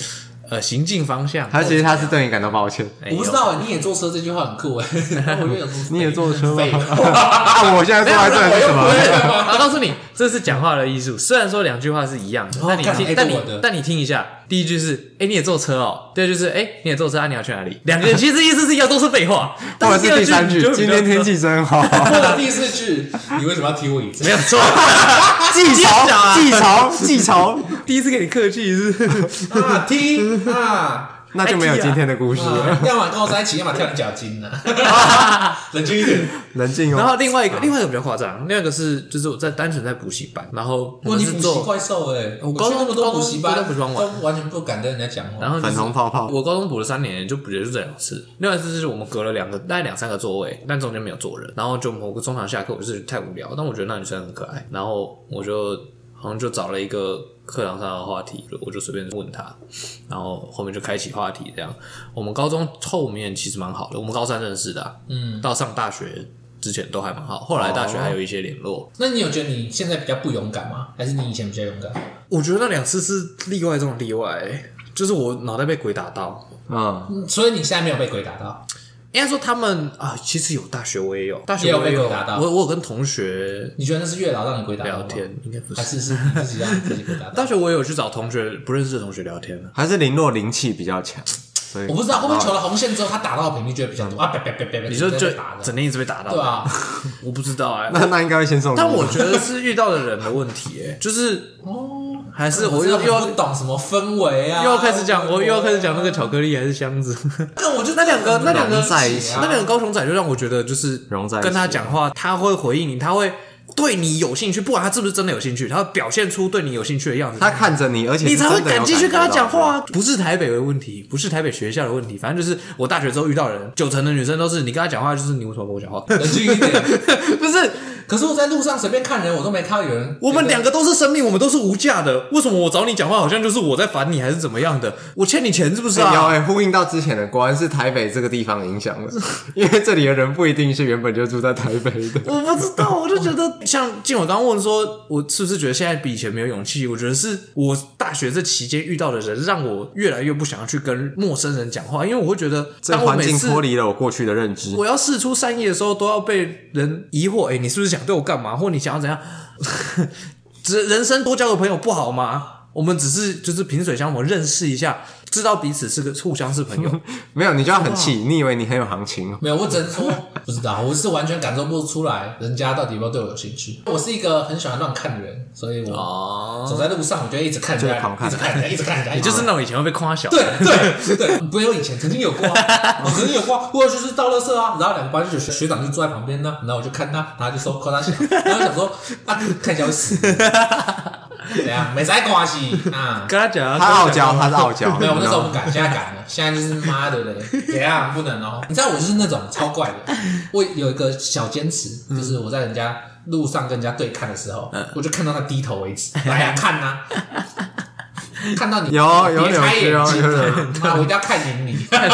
[SPEAKER 2] 呃行进方向。
[SPEAKER 3] 他其实他是对你感到抱 (laughs) 歉。
[SPEAKER 2] 哎
[SPEAKER 1] 我不知道，你也坐车这句话很
[SPEAKER 3] (laughs)
[SPEAKER 1] 酷哎，我就想说
[SPEAKER 3] 你也坐车吗
[SPEAKER 1] 废话？
[SPEAKER 3] (laughs) 啊，我现在
[SPEAKER 2] 没
[SPEAKER 3] 坐
[SPEAKER 2] 有，
[SPEAKER 3] 在这里是什
[SPEAKER 2] 我又
[SPEAKER 3] 么？
[SPEAKER 2] 不会我告诉你，这是讲话的艺术。虽然说两句话是一样
[SPEAKER 3] 哦
[SPEAKER 2] 的，但你
[SPEAKER 1] 干哎
[SPEAKER 2] 听，但
[SPEAKER 1] 这
[SPEAKER 2] 你
[SPEAKER 1] 我的
[SPEAKER 2] 但你听一下，第一句是“哎，你也坐车哦”，第二句是“哎，你也坐车啊，你要去哪里？”两个人其实意思是一样，都是废话。
[SPEAKER 3] 或者
[SPEAKER 2] 但
[SPEAKER 3] 是第三句，今天天
[SPEAKER 2] 气
[SPEAKER 3] 气真好，
[SPEAKER 1] 或者第四句，你为什么要踢我椅子？
[SPEAKER 2] 没有 (laughs) 错，
[SPEAKER 3] 记
[SPEAKER 2] 讲啊
[SPEAKER 3] 仇，记仇，记仇，
[SPEAKER 2] 第一次跟你客气是不是。
[SPEAKER 1] 啊，踢
[SPEAKER 3] (laughs)
[SPEAKER 1] 啊！
[SPEAKER 3] (laughs) 那就没
[SPEAKER 2] 哎
[SPEAKER 3] 有今天的故事
[SPEAKER 2] (laughs)
[SPEAKER 3] 了。
[SPEAKER 1] 啊要么跟我在一起，要么跳你脚筋呢。啊 (laughs) 冷静一点。
[SPEAKER 3] 冷静
[SPEAKER 2] 然
[SPEAKER 3] 哦，
[SPEAKER 2] 后另外一个，另外一个比较夸张，另外一个是就是我在单纯在补习班，然后我
[SPEAKER 1] 哇，
[SPEAKER 2] 们
[SPEAKER 3] 哦
[SPEAKER 1] 你
[SPEAKER 2] 是
[SPEAKER 1] 补习
[SPEAKER 2] 做，
[SPEAKER 1] 怪兽哎！
[SPEAKER 2] 我高
[SPEAKER 1] 去
[SPEAKER 2] 中
[SPEAKER 1] 那么多补习班，
[SPEAKER 2] 都在补习班玩
[SPEAKER 1] 都完全不敢跟人家讲
[SPEAKER 2] 然
[SPEAKER 1] 话。
[SPEAKER 2] 后就
[SPEAKER 3] 粉
[SPEAKER 2] 是
[SPEAKER 3] 红泡泡。
[SPEAKER 2] 我高中补了三年，就补的就这两次，另外一次是我们隔了两个大概两三个座位，但中间没有坐人，然后就某个中场下课，我就是太无聊，但我觉得那女生很可爱，然后我就。好像就找了一个课堂上的话题，我就随便问他，然后后面就开启话题这样。我们高中后面其实蛮好的，我们高三认识的、嗯，哦到上大学之前都还蛮好，后来大学还有一些联络。
[SPEAKER 1] 那你有觉得你现在比较不勇敢吗？还是你以前比较勇敢？
[SPEAKER 2] 我觉得那两次是例外中的例外、就是我脑袋被鬼打到。
[SPEAKER 3] 嗯，
[SPEAKER 1] 所以你现在没有被鬼打到？
[SPEAKER 2] 应该说他们啊，其实有大学我也有，大
[SPEAKER 1] 也
[SPEAKER 2] 学
[SPEAKER 1] 有
[SPEAKER 2] 我也
[SPEAKER 1] 被鬼
[SPEAKER 2] 有
[SPEAKER 1] 打到
[SPEAKER 2] 我我有跟同学
[SPEAKER 1] 你觉得那是月老让你鬼打到
[SPEAKER 2] 聊
[SPEAKER 1] 吗？
[SPEAKER 2] 天，应该不
[SPEAKER 1] 还
[SPEAKER 2] 啊是。
[SPEAKER 1] 是是你自己让你自己鬼打到？
[SPEAKER 2] 大学我也有去找同学不认识的同学聊天啊。
[SPEAKER 3] 还是零落灵气比较强，所以
[SPEAKER 1] 我不知道，会不会球了红线之后，他打到的频率就会比较多啊？别别别别别，
[SPEAKER 2] 你说
[SPEAKER 1] 直
[SPEAKER 2] 就
[SPEAKER 1] 接被打
[SPEAKER 2] 整
[SPEAKER 1] 的，
[SPEAKER 2] 天一直被打到，
[SPEAKER 1] 对啊，
[SPEAKER 2] 我不知道哎、
[SPEAKER 3] (laughs) 那那应该会先送礼
[SPEAKER 2] (laughs)
[SPEAKER 3] 物。
[SPEAKER 2] 但我觉得是遇到的人的问题、哎，就是
[SPEAKER 1] 哦，
[SPEAKER 2] 还是我
[SPEAKER 1] 我
[SPEAKER 2] 又
[SPEAKER 1] 又
[SPEAKER 2] 又要
[SPEAKER 1] 又不懂什么氛围啊，
[SPEAKER 2] 又要开始讲，我又要开始讲那个
[SPEAKER 1] 球，
[SPEAKER 2] 巧克力还是箱子， (laughs)
[SPEAKER 1] 那啊我就
[SPEAKER 2] 那两个那两个
[SPEAKER 3] 融在一
[SPEAKER 1] 啊
[SPEAKER 3] 起
[SPEAKER 2] 那两个高雄仔就让我觉得就是
[SPEAKER 3] 融在一起
[SPEAKER 2] 跟他讲话，他会回应你，他会对你有兴趣，不管他是不是真的有兴趣，他会表现出对你有兴趣的样子。
[SPEAKER 3] 他看着你，而且
[SPEAKER 2] 你才会
[SPEAKER 3] 是真的有
[SPEAKER 2] 敢继续跟他
[SPEAKER 3] 觉到
[SPEAKER 2] 讲话、啊。不是台北的问题，不是台北学校的问题，反正就是我大学之后遇到的人，九成的女生都是你跟她讲话，就是你为什么不跟我讲话？
[SPEAKER 1] 冷静一点。
[SPEAKER 2] (laughs) 不是，
[SPEAKER 1] 可是我在路上随便看人，我都没看到有人。
[SPEAKER 2] 我们两个都是生命，我们都是无价的。为什么我找你讲话，好像就是我在烦你，还是怎么样的？我欠你钱是不是
[SPEAKER 3] 哎有
[SPEAKER 2] 啊？
[SPEAKER 3] 哎、呼应到之前的，果然是台北这个地方影响的， (laughs) 因为这里的人不一定是原本就住在台北的。
[SPEAKER 2] 我不知道，我就觉得像静，我刚刚问说，我是不是觉得现在比以前没有勇气？我觉得是我大学这期间遇到的人，让我越来越不想要去跟陌生人讲话，因为我会觉得，
[SPEAKER 3] 这
[SPEAKER 2] 当我
[SPEAKER 3] 环
[SPEAKER 2] 每
[SPEAKER 3] 境
[SPEAKER 2] 次
[SPEAKER 3] 脱离了我过去的认知，
[SPEAKER 2] 我要试出善意的时候，都要被人疑惑：哎、你是不是想对我干嘛？或你想要怎样？ (laughs) 只人生多交个朋友不好吗？我们只是就是萍水相逢，认识一下，知道彼此是个互相是
[SPEAKER 1] (laughs)
[SPEAKER 2] 朋友。
[SPEAKER 3] 没有你就要很气，你以为你很有行情哦？
[SPEAKER 1] 没有，我只能 (laughs) 说不知道，我是完全感受不出来人家到底有没有对我有兴趣。我是一个很喜欢乱看的人，所以我
[SPEAKER 2] 哦，
[SPEAKER 1] 走在路上，我就会一直看人家，
[SPEAKER 3] 就会狂看
[SPEAKER 1] 一直看人家，一直看人家，
[SPEAKER 2] 你
[SPEAKER 1] 一直看人家
[SPEAKER 2] 就是那种以前会被夸小，
[SPEAKER 1] 对，对对， (laughs) 不用以前曾经有过、啊，我曾经有过、啊，我就是倒垃圾啊，然后两个班就学学长就坐在旁边呢、然后我就看他，然后就说夸他小， (laughs) 然后想说啊，看起来会死， (laughs) 怎样，没啥关系啊。
[SPEAKER 2] (laughs) 跟他讲啊，
[SPEAKER 3] 他傲
[SPEAKER 2] 跟讲
[SPEAKER 3] 娇，
[SPEAKER 2] 啊
[SPEAKER 3] 他是
[SPEAKER 2] (laughs)
[SPEAKER 3] 傲娇。
[SPEAKER 1] 没有，我那时候
[SPEAKER 3] 你
[SPEAKER 1] 不敢，现在敢了。现在就是妈的嘞，怎样不能哦？你知道我就是那种超怪的，我有一个小坚持，就是我在人家路上跟人家对看的时
[SPEAKER 3] 嗯
[SPEAKER 1] 候，我就看到他低头为止。来呀、看呐、看到你
[SPEAKER 3] 有有
[SPEAKER 1] 别
[SPEAKER 3] 扭
[SPEAKER 1] 开
[SPEAKER 3] 曲
[SPEAKER 1] 眼
[SPEAKER 3] 哦
[SPEAKER 1] 睛
[SPEAKER 3] 有
[SPEAKER 1] 啊，妈，我一定要看赢你。 (laughs) 那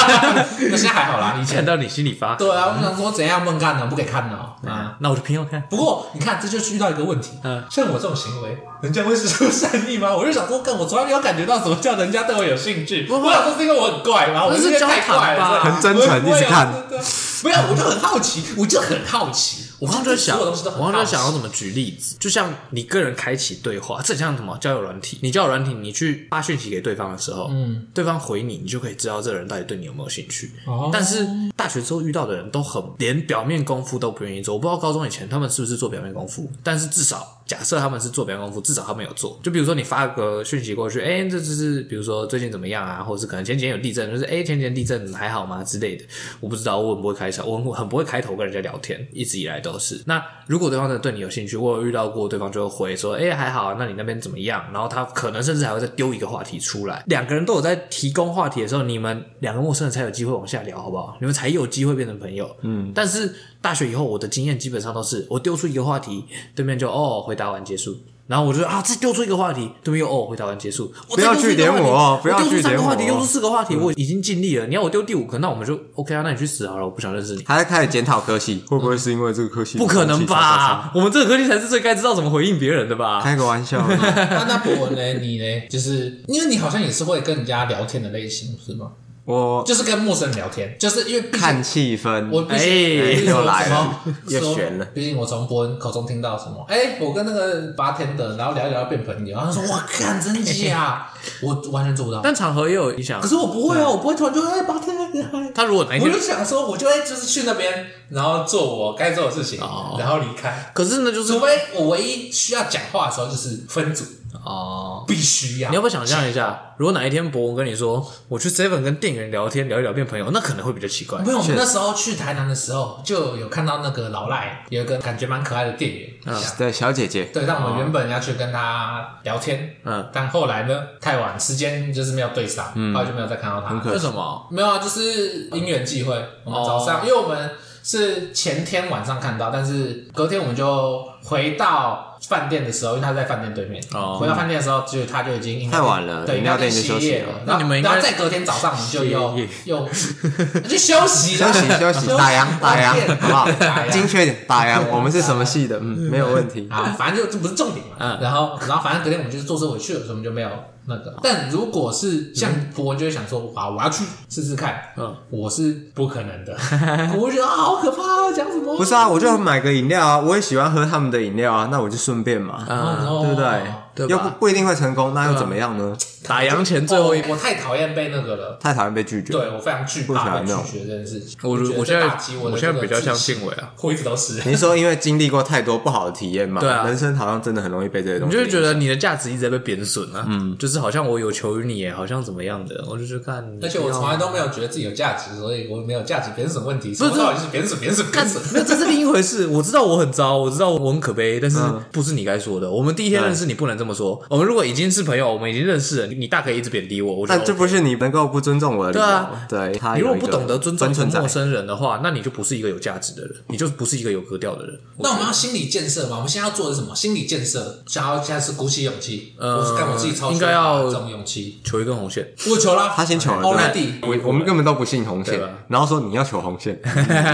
[SPEAKER 1] 现在还好啦，以
[SPEAKER 2] 看
[SPEAKER 1] 前
[SPEAKER 2] 到你心里发
[SPEAKER 1] 对啊，我想说怎样不能看呢？不给看呢啊！
[SPEAKER 2] 那我就偏要看。
[SPEAKER 1] 不过你看，这就是遇到一个问题，
[SPEAKER 2] 嗯
[SPEAKER 1] 像我这种行为，人家会是出善意吗？我就想说，干，我从来没有感觉到什么叫人家对我有兴趣。
[SPEAKER 2] 不会
[SPEAKER 1] 我想说是因为我很怪吗？我
[SPEAKER 2] 那是
[SPEAKER 1] 因为太
[SPEAKER 2] 交谈
[SPEAKER 1] 怪了，
[SPEAKER 2] 吧
[SPEAKER 1] 是吧
[SPEAKER 3] 很真诚
[SPEAKER 1] 我也不会
[SPEAKER 3] 一直看
[SPEAKER 1] 有对对没有，我就很好奇，我就很好奇。
[SPEAKER 2] 我刚刚就在想，
[SPEAKER 1] 所
[SPEAKER 2] 我
[SPEAKER 1] 有东西都很
[SPEAKER 2] 刚刚就在想
[SPEAKER 1] 好
[SPEAKER 2] 要
[SPEAKER 1] 奇 (laughs)
[SPEAKER 2] 怎么举例子，就像你个人开启对话，这很像什么交友软体？你交友软体，你去发讯息给对方的时候，嗯，对方回你，你就可以知道这个人到底对你有没有兴趣。
[SPEAKER 1] 哦
[SPEAKER 2] 但是大学之后遇到的人都很连表面功夫都不愿意做，我不知道高中以前他们是不是做表面功夫，但是至少假设他们是做表面功夫，至少他们有做。就比如说你发个讯息过去，哎、这就是比如说最近怎么样啊，或者是可能前几天有地震，就是哎、前几天地震还好吗之类的，我不知道，我很不会开场，我很很不会开头跟人家聊天，一直以来都是。那如果对方真的对你有兴趣，我有遇到过，对方就会回说，哎、还好啊，那你那边怎么样？然后他可能甚至还会再丢一个话题出来，两个人都有在提供话题的时候，你们两个陌生人才有机会往下聊，好不好？你们才有机会变成朋友。嗯，但是大学以后，我的经验基本上都是，我丢出一个话题，对面就哦回答完结束。然后我就啊，再丢出一个话题，对面又哦回答完结束。我
[SPEAKER 3] 不要
[SPEAKER 2] 再丢出一个
[SPEAKER 3] 据点
[SPEAKER 2] 话题
[SPEAKER 3] 我哦不要
[SPEAKER 2] 丢出
[SPEAKER 3] 据
[SPEAKER 2] 三个
[SPEAKER 3] 点
[SPEAKER 2] 话题，
[SPEAKER 3] 我
[SPEAKER 2] 丢
[SPEAKER 3] 哦
[SPEAKER 2] 出四个话题，我已经尽力了。你要我丢第五个，那我们就 OK 啊，那你去死好了，我不想认识你。
[SPEAKER 3] 他在开始检讨科系，会不会是因为这个科系？
[SPEAKER 2] 不可能？吧？我们这个科技才是最该知道怎么回应别人的吧？
[SPEAKER 3] 开个玩
[SPEAKER 2] (laughs)
[SPEAKER 3] 笑，
[SPEAKER 1] 那那博文呢？你呢？就是因为你好像也是会跟人家聊天的类型，是吗？
[SPEAKER 3] 我
[SPEAKER 1] 就是跟陌生人聊天，就是因为毕竟
[SPEAKER 3] 看气氛。
[SPEAKER 1] 我必
[SPEAKER 2] 哎
[SPEAKER 1] 须必须
[SPEAKER 3] 又
[SPEAKER 1] 说
[SPEAKER 3] 来
[SPEAKER 1] 什么
[SPEAKER 3] 了又
[SPEAKER 1] 说
[SPEAKER 3] 悬了
[SPEAKER 1] 毕竟我从伯恩口中听到什么，哎，我跟那个八天的，然后聊一聊变朋友，然后他说哇，看真假，我完全做不到。
[SPEAKER 2] 但场合也有影响
[SPEAKER 1] 可。是我不会啊，我不会突然就哎八天，哎
[SPEAKER 2] 他如果哪一
[SPEAKER 1] 我
[SPEAKER 2] 天
[SPEAKER 1] 就，想说，我就会就是去那边，然后做我该做的事情，然后离开。
[SPEAKER 2] 可是呢，就是
[SPEAKER 1] 除非我唯一需要讲话的时候，就是分组
[SPEAKER 2] 哦。
[SPEAKER 1] 必须要
[SPEAKER 2] 你要。不要想象一下，如果哪一天博文跟你说，我去 Seven 跟店员聊天聊一聊变朋友，那可能会比较奇怪
[SPEAKER 1] 没。有，我们那时候去台南的时候，就有看到那个老赖有一个感觉蛮可爱的店员，
[SPEAKER 3] 对小
[SPEAKER 2] (laughs)
[SPEAKER 3] 姐姐，
[SPEAKER 1] 对，但我们原本要去跟他聊天，
[SPEAKER 2] 嗯，
[SPEAKER 1] 但后来呢，太晚，时间就是没有对上，后来就没有再看到他。
[SPEAKER 3] 嗯很可
[SPEAKER 2] 为什么？
[SPEAKER 1] 没有啊，就是因缘
[SPEAKER 3] 哦
[SPEAKER 1] 际会，我们早上，因为我们是前天晚上看到，但是隔天我们就回到饭店的时候，因为他在饭店对面，
[SPEAKER 2] 哦
[SPEAKER 1] 回到饭店的时候，就他就已经应该
[SPEAKER 3] 太晚了
[SPEAKER 1] 对，
[SPEAKER 3] 饮料
[SPEAKER 1] 店
[SPEAKER 3] 店已经休息
[SPEAKER 1] 业
[SPEAKER 3] 了
[SPEAKER 1] 了。
[SPEAKER 2] 那
[SPEAKER 1] 然后
[SPEAKER 2] 你们应该
[SPEAKER 1] 然后在隔天早上，我们就
[SPEAKER 3] (laughs)
[SPEAKER 1] 又
[SPEAKER 2] 歇业
[SPEAKER 1] 又去 (laughs) 休息
[SPEAKER 3] 休
[SPEAKER 1] 啦，
[SPEAKER 3] 息
[SPEAKER 2] (laughs)
[SPEAKER 3] 休息，打烊打烊，好不
[SPEAKER 1] 打
[SPEAKER 3] 好？
[SPEAKER 1] 烊
[SPEAKER 3] 精确一点，打烊。我们是什么系的？嗯，没有问
[SPEAKER 2] (laughs)
[SPEAKER 3] 题。
[SPEAKER 1] 啊，反正就这不是重点嘛。
[SPEAKER 2] 嗯
[SPEAKER 1] 然后，然后反正隔天我们就是坐车回去了，所以我们就没有那个。但如果是像博文，就会想说，哇，我要去试试看。
[SPEAKER 2] 嗯，
[SPEAKER 1] 我是不可能的。我会觉得啊，好可怕、啊，讲什么？
[SPEAKER 3] 不是啊，我就买个饮料啊，我也喜欢喝他们的饮料啊，那我就顺便嘛，嗯
[SPEAKER 1] 哦，
[SPEAKER 3] 对不
[SPEAKER 2] 对
[SPEAKER 3] 对？
[SPEAKER 2] 吧啊
[SPEAKER 3] 又不不一定会成功，那又怎么样呢？
[SPEAKER 2] 打烊前最
[SPEAKER 1] 最后
[SPEAKER 2] 后一
[SPEAKER 1] 一，我太讨厌被那个了。
[SPEAKER 3] 太讨厌被拒绝。
[SPEAKER 1] 对我非常惧
[SPEAKER 3] 不喜
[SPEAKER 1] 怕
[SPEAKER 3] 欢
[SPEAKER 1] 被拒
[SPEAKER 3] 那种
[SPEAKER 1] 绝这件事情。
[SPEAKER 2] 啊我
[SPEAKER 1] 觉得
[SPEAKER 2] 我现在
[SPEAKER 1] 打击我的
[SPEAKER 2] 我
[SPEAKER 1] 这
[SPEAKER 2] 现
[SPEAKER 1] 个
[SPEAKER 2] 在比较像
[SPEAKER 1] 自信
[SPEAKER 2] 信伟啊，
[SPEAKER 1] 我一直都是。
[SPEAKER 3] 你是说因为经历过太多不好的体验嘛？
[SPEAKER 2] 对啊
[SPEAKER 3] 人生好像真的很容易被这些东
[SPEAKER 2] 你
[SPEAKER 3] 西
[SPEAKER 2] 就
[SPEAKER 3] 影响。
[SPEAKER 2] 会觉得你的价值一直在被贬损啊，嗯，就是好像我有求于你耶，好像怎么样的，我就去看，
[SPEAKER 1] 而且我
[SPEAKER 2] 啊
[SPEAKER 1] 从来都没有觉得自己有价值，所以我没有价值，别人什么问题？
[SPEAKER 2] 是
[SPEAKER 1] 不到底是别人什么别人什么
[SPEAKER 2] 干
[SPEAKER 1] 别人什么
[SPEAKER 2] 没有，这是另一回事。我知道我很糟，我知道我很可悲，但是
[SPEAKER 3] 嗯
[SPEAKER 2] 不是你该说的。我们第一天认识，你不能这么说。我们如果已经是朋友，我们已经认识了，你大可以一直贬低我。我觉得
[SPEAKER 3] 但这
[SPEAKER 2] OK
[SPEAKER 3] 不是你能够不尊重我的理由。
[SPEAKER 2] 对啊
[SPEAKER 3] 对他
[SPEAKER 2] 你如
[SPEAKER 3] 有
[SPEAKER 2] 果
[SPEAKER 3] 一个
[SPEAKER 2] 不懂得尊重一个
[SPEAKER 3] 分寸在
[SPEAKER 2] 陌生人的话，那你就不是一个有价值的人，你就不是一个有格调的人。
[SPEAKER 1] 那我们要心理建设嘛？我们现在要做的是什么？心理建设，想要现在是鼓起勇气，
[SPEAKER 2] 呃
[SPEAKER 1] 我是干我自己超
[SPEAKER 2] 应该要
[SPEAKER 1] 这种勇
[SPEAKER 2] (laughs)
[SPEAKER 1] 气。哦
[SPEAKER 2] 求一根红
[SPEAKER 3] (laughs)
[SPEAKER 2] 线，
[SPEAKER 1] 我求啦，
[SPEAKER 3] 他先求了对吧
[SPEAKER 1] already。
[SPEAKER 3] 我我们根本都不信红线
[SPEAKER 2] 哦对吧，
[SPEAKER 3] 然后说你要求红
[SPEAKER 2] (laughs)
[SPEAKER 3] 线，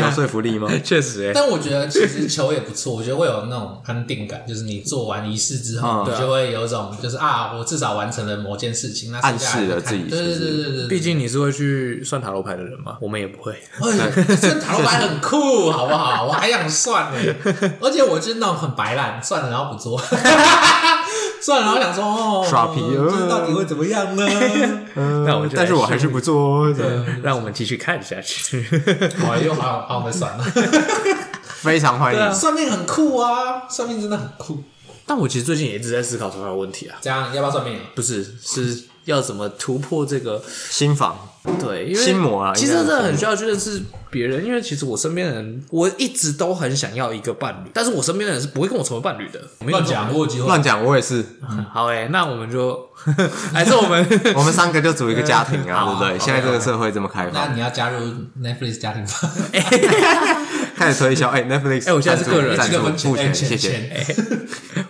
[SPEAKER 3] 有说服力吗？
[SPEAKER 2] 确实哎、
[SPEAKER 1] 但我觉得其实球也不错，我觉得会有那种安定感，就是你做完仪式之后，
[SPEAKER 3] 嗯
[SPEAKER 2] 啊
[SPEAKER 1] 你就会有一种就是啊，我至少完成了某件事情，那剩下来
[SPEAKER 3] 暗示了
[SPEAKER 1] 就看
[SPEAKER 3] 自己
[SPEAKER 1] 对对
[SPEAKER 3] 是不
[SPEAKER 1] 对
[SPEAKER 3] 是
[SPEAKER 1] 对对对，
[SPEAKER 2] 毕竟你是会去算塔罗牌的人嘛，我们也不
[SPEAKER 3] (laughs)
[SPEAKER 2] 会。
[SPEAKER 1] 哎，算塔罗牌很酷，好不好？我还想算呢，而且我就是那种很白烂，算了，然后不做， (laughs) 算了，然后想说哦，
[SPEAKER 3] 耍皮
[SPEAKER 1] 这到底会怎么样呢？
[SPEAKER 3] 嗯
[SPEAKER 2] 那我就来
[SPEAKER 3] 但是我还是不做哦，对
[SPEAKER 2] 让我们继续看下去。 (laughs)
[SPEAKER 1] 我又好好好的算了，
[SPEAKER 3] 非常欢迎。
[SPEAKER 1] 算命很酷啊，算命真的很酷。
[SPEAKER 2] 但我其实最近也一直在思考同样的问题啊，
[SPEAKER 1] 这样要不要算命？
[SPEAKER 2] 不是是要怎么突破这个
[SPEAKER 3] 新房
[SPEAKER 2] 对，因为
[SPEAKER 3] 心魔啊
[SPEAKER 2] 其实
[SPEAKER 3] 应该
[SPEAKER 2] 真
[SPEAKER 3] 是
[SPEAKER 2] 的很需要去认识别人，因为其实我身边的人，我一直都很想要一个伴侣，但是我身边的人是不会跟我成为伴侣的。没有
[SPEAKER 1] 乱讲，我有机会。
[SPEAKER 3] 乱讲，我也是。
[SPEAKER 2] 好诶、那我们就还是我们 (laughs)
[SPEAKER 3] 我们三个就组一个家庭啊，
[SPEAKER 1] 好
[SPEAKER 3] 对不对？
[SPEAKER 1] 好
[SPEAKER 3] 现在这个社会这么开
[SPEAKER 1] 那
[SPEAKER 2] 啊
[SPEAKER 3] 放，
[SPEAKER 1] 你要加入 Netflix 家庭吗？
[SPEAKER 3] 开始推销。哎，Netflix，
[SPEAKER 2] 哎我现在是个哎人
[SPEAKER 3] 赞
[SPEAKER 1] 这
[SPEAKER 3] 助
[SPEAKER 1] 个分
[SPEAKER 3] 付钱，
[SPEAKER 1] 钱，
[SPEAKER 3] 谢谢。
[SPEAKER 1] 钱。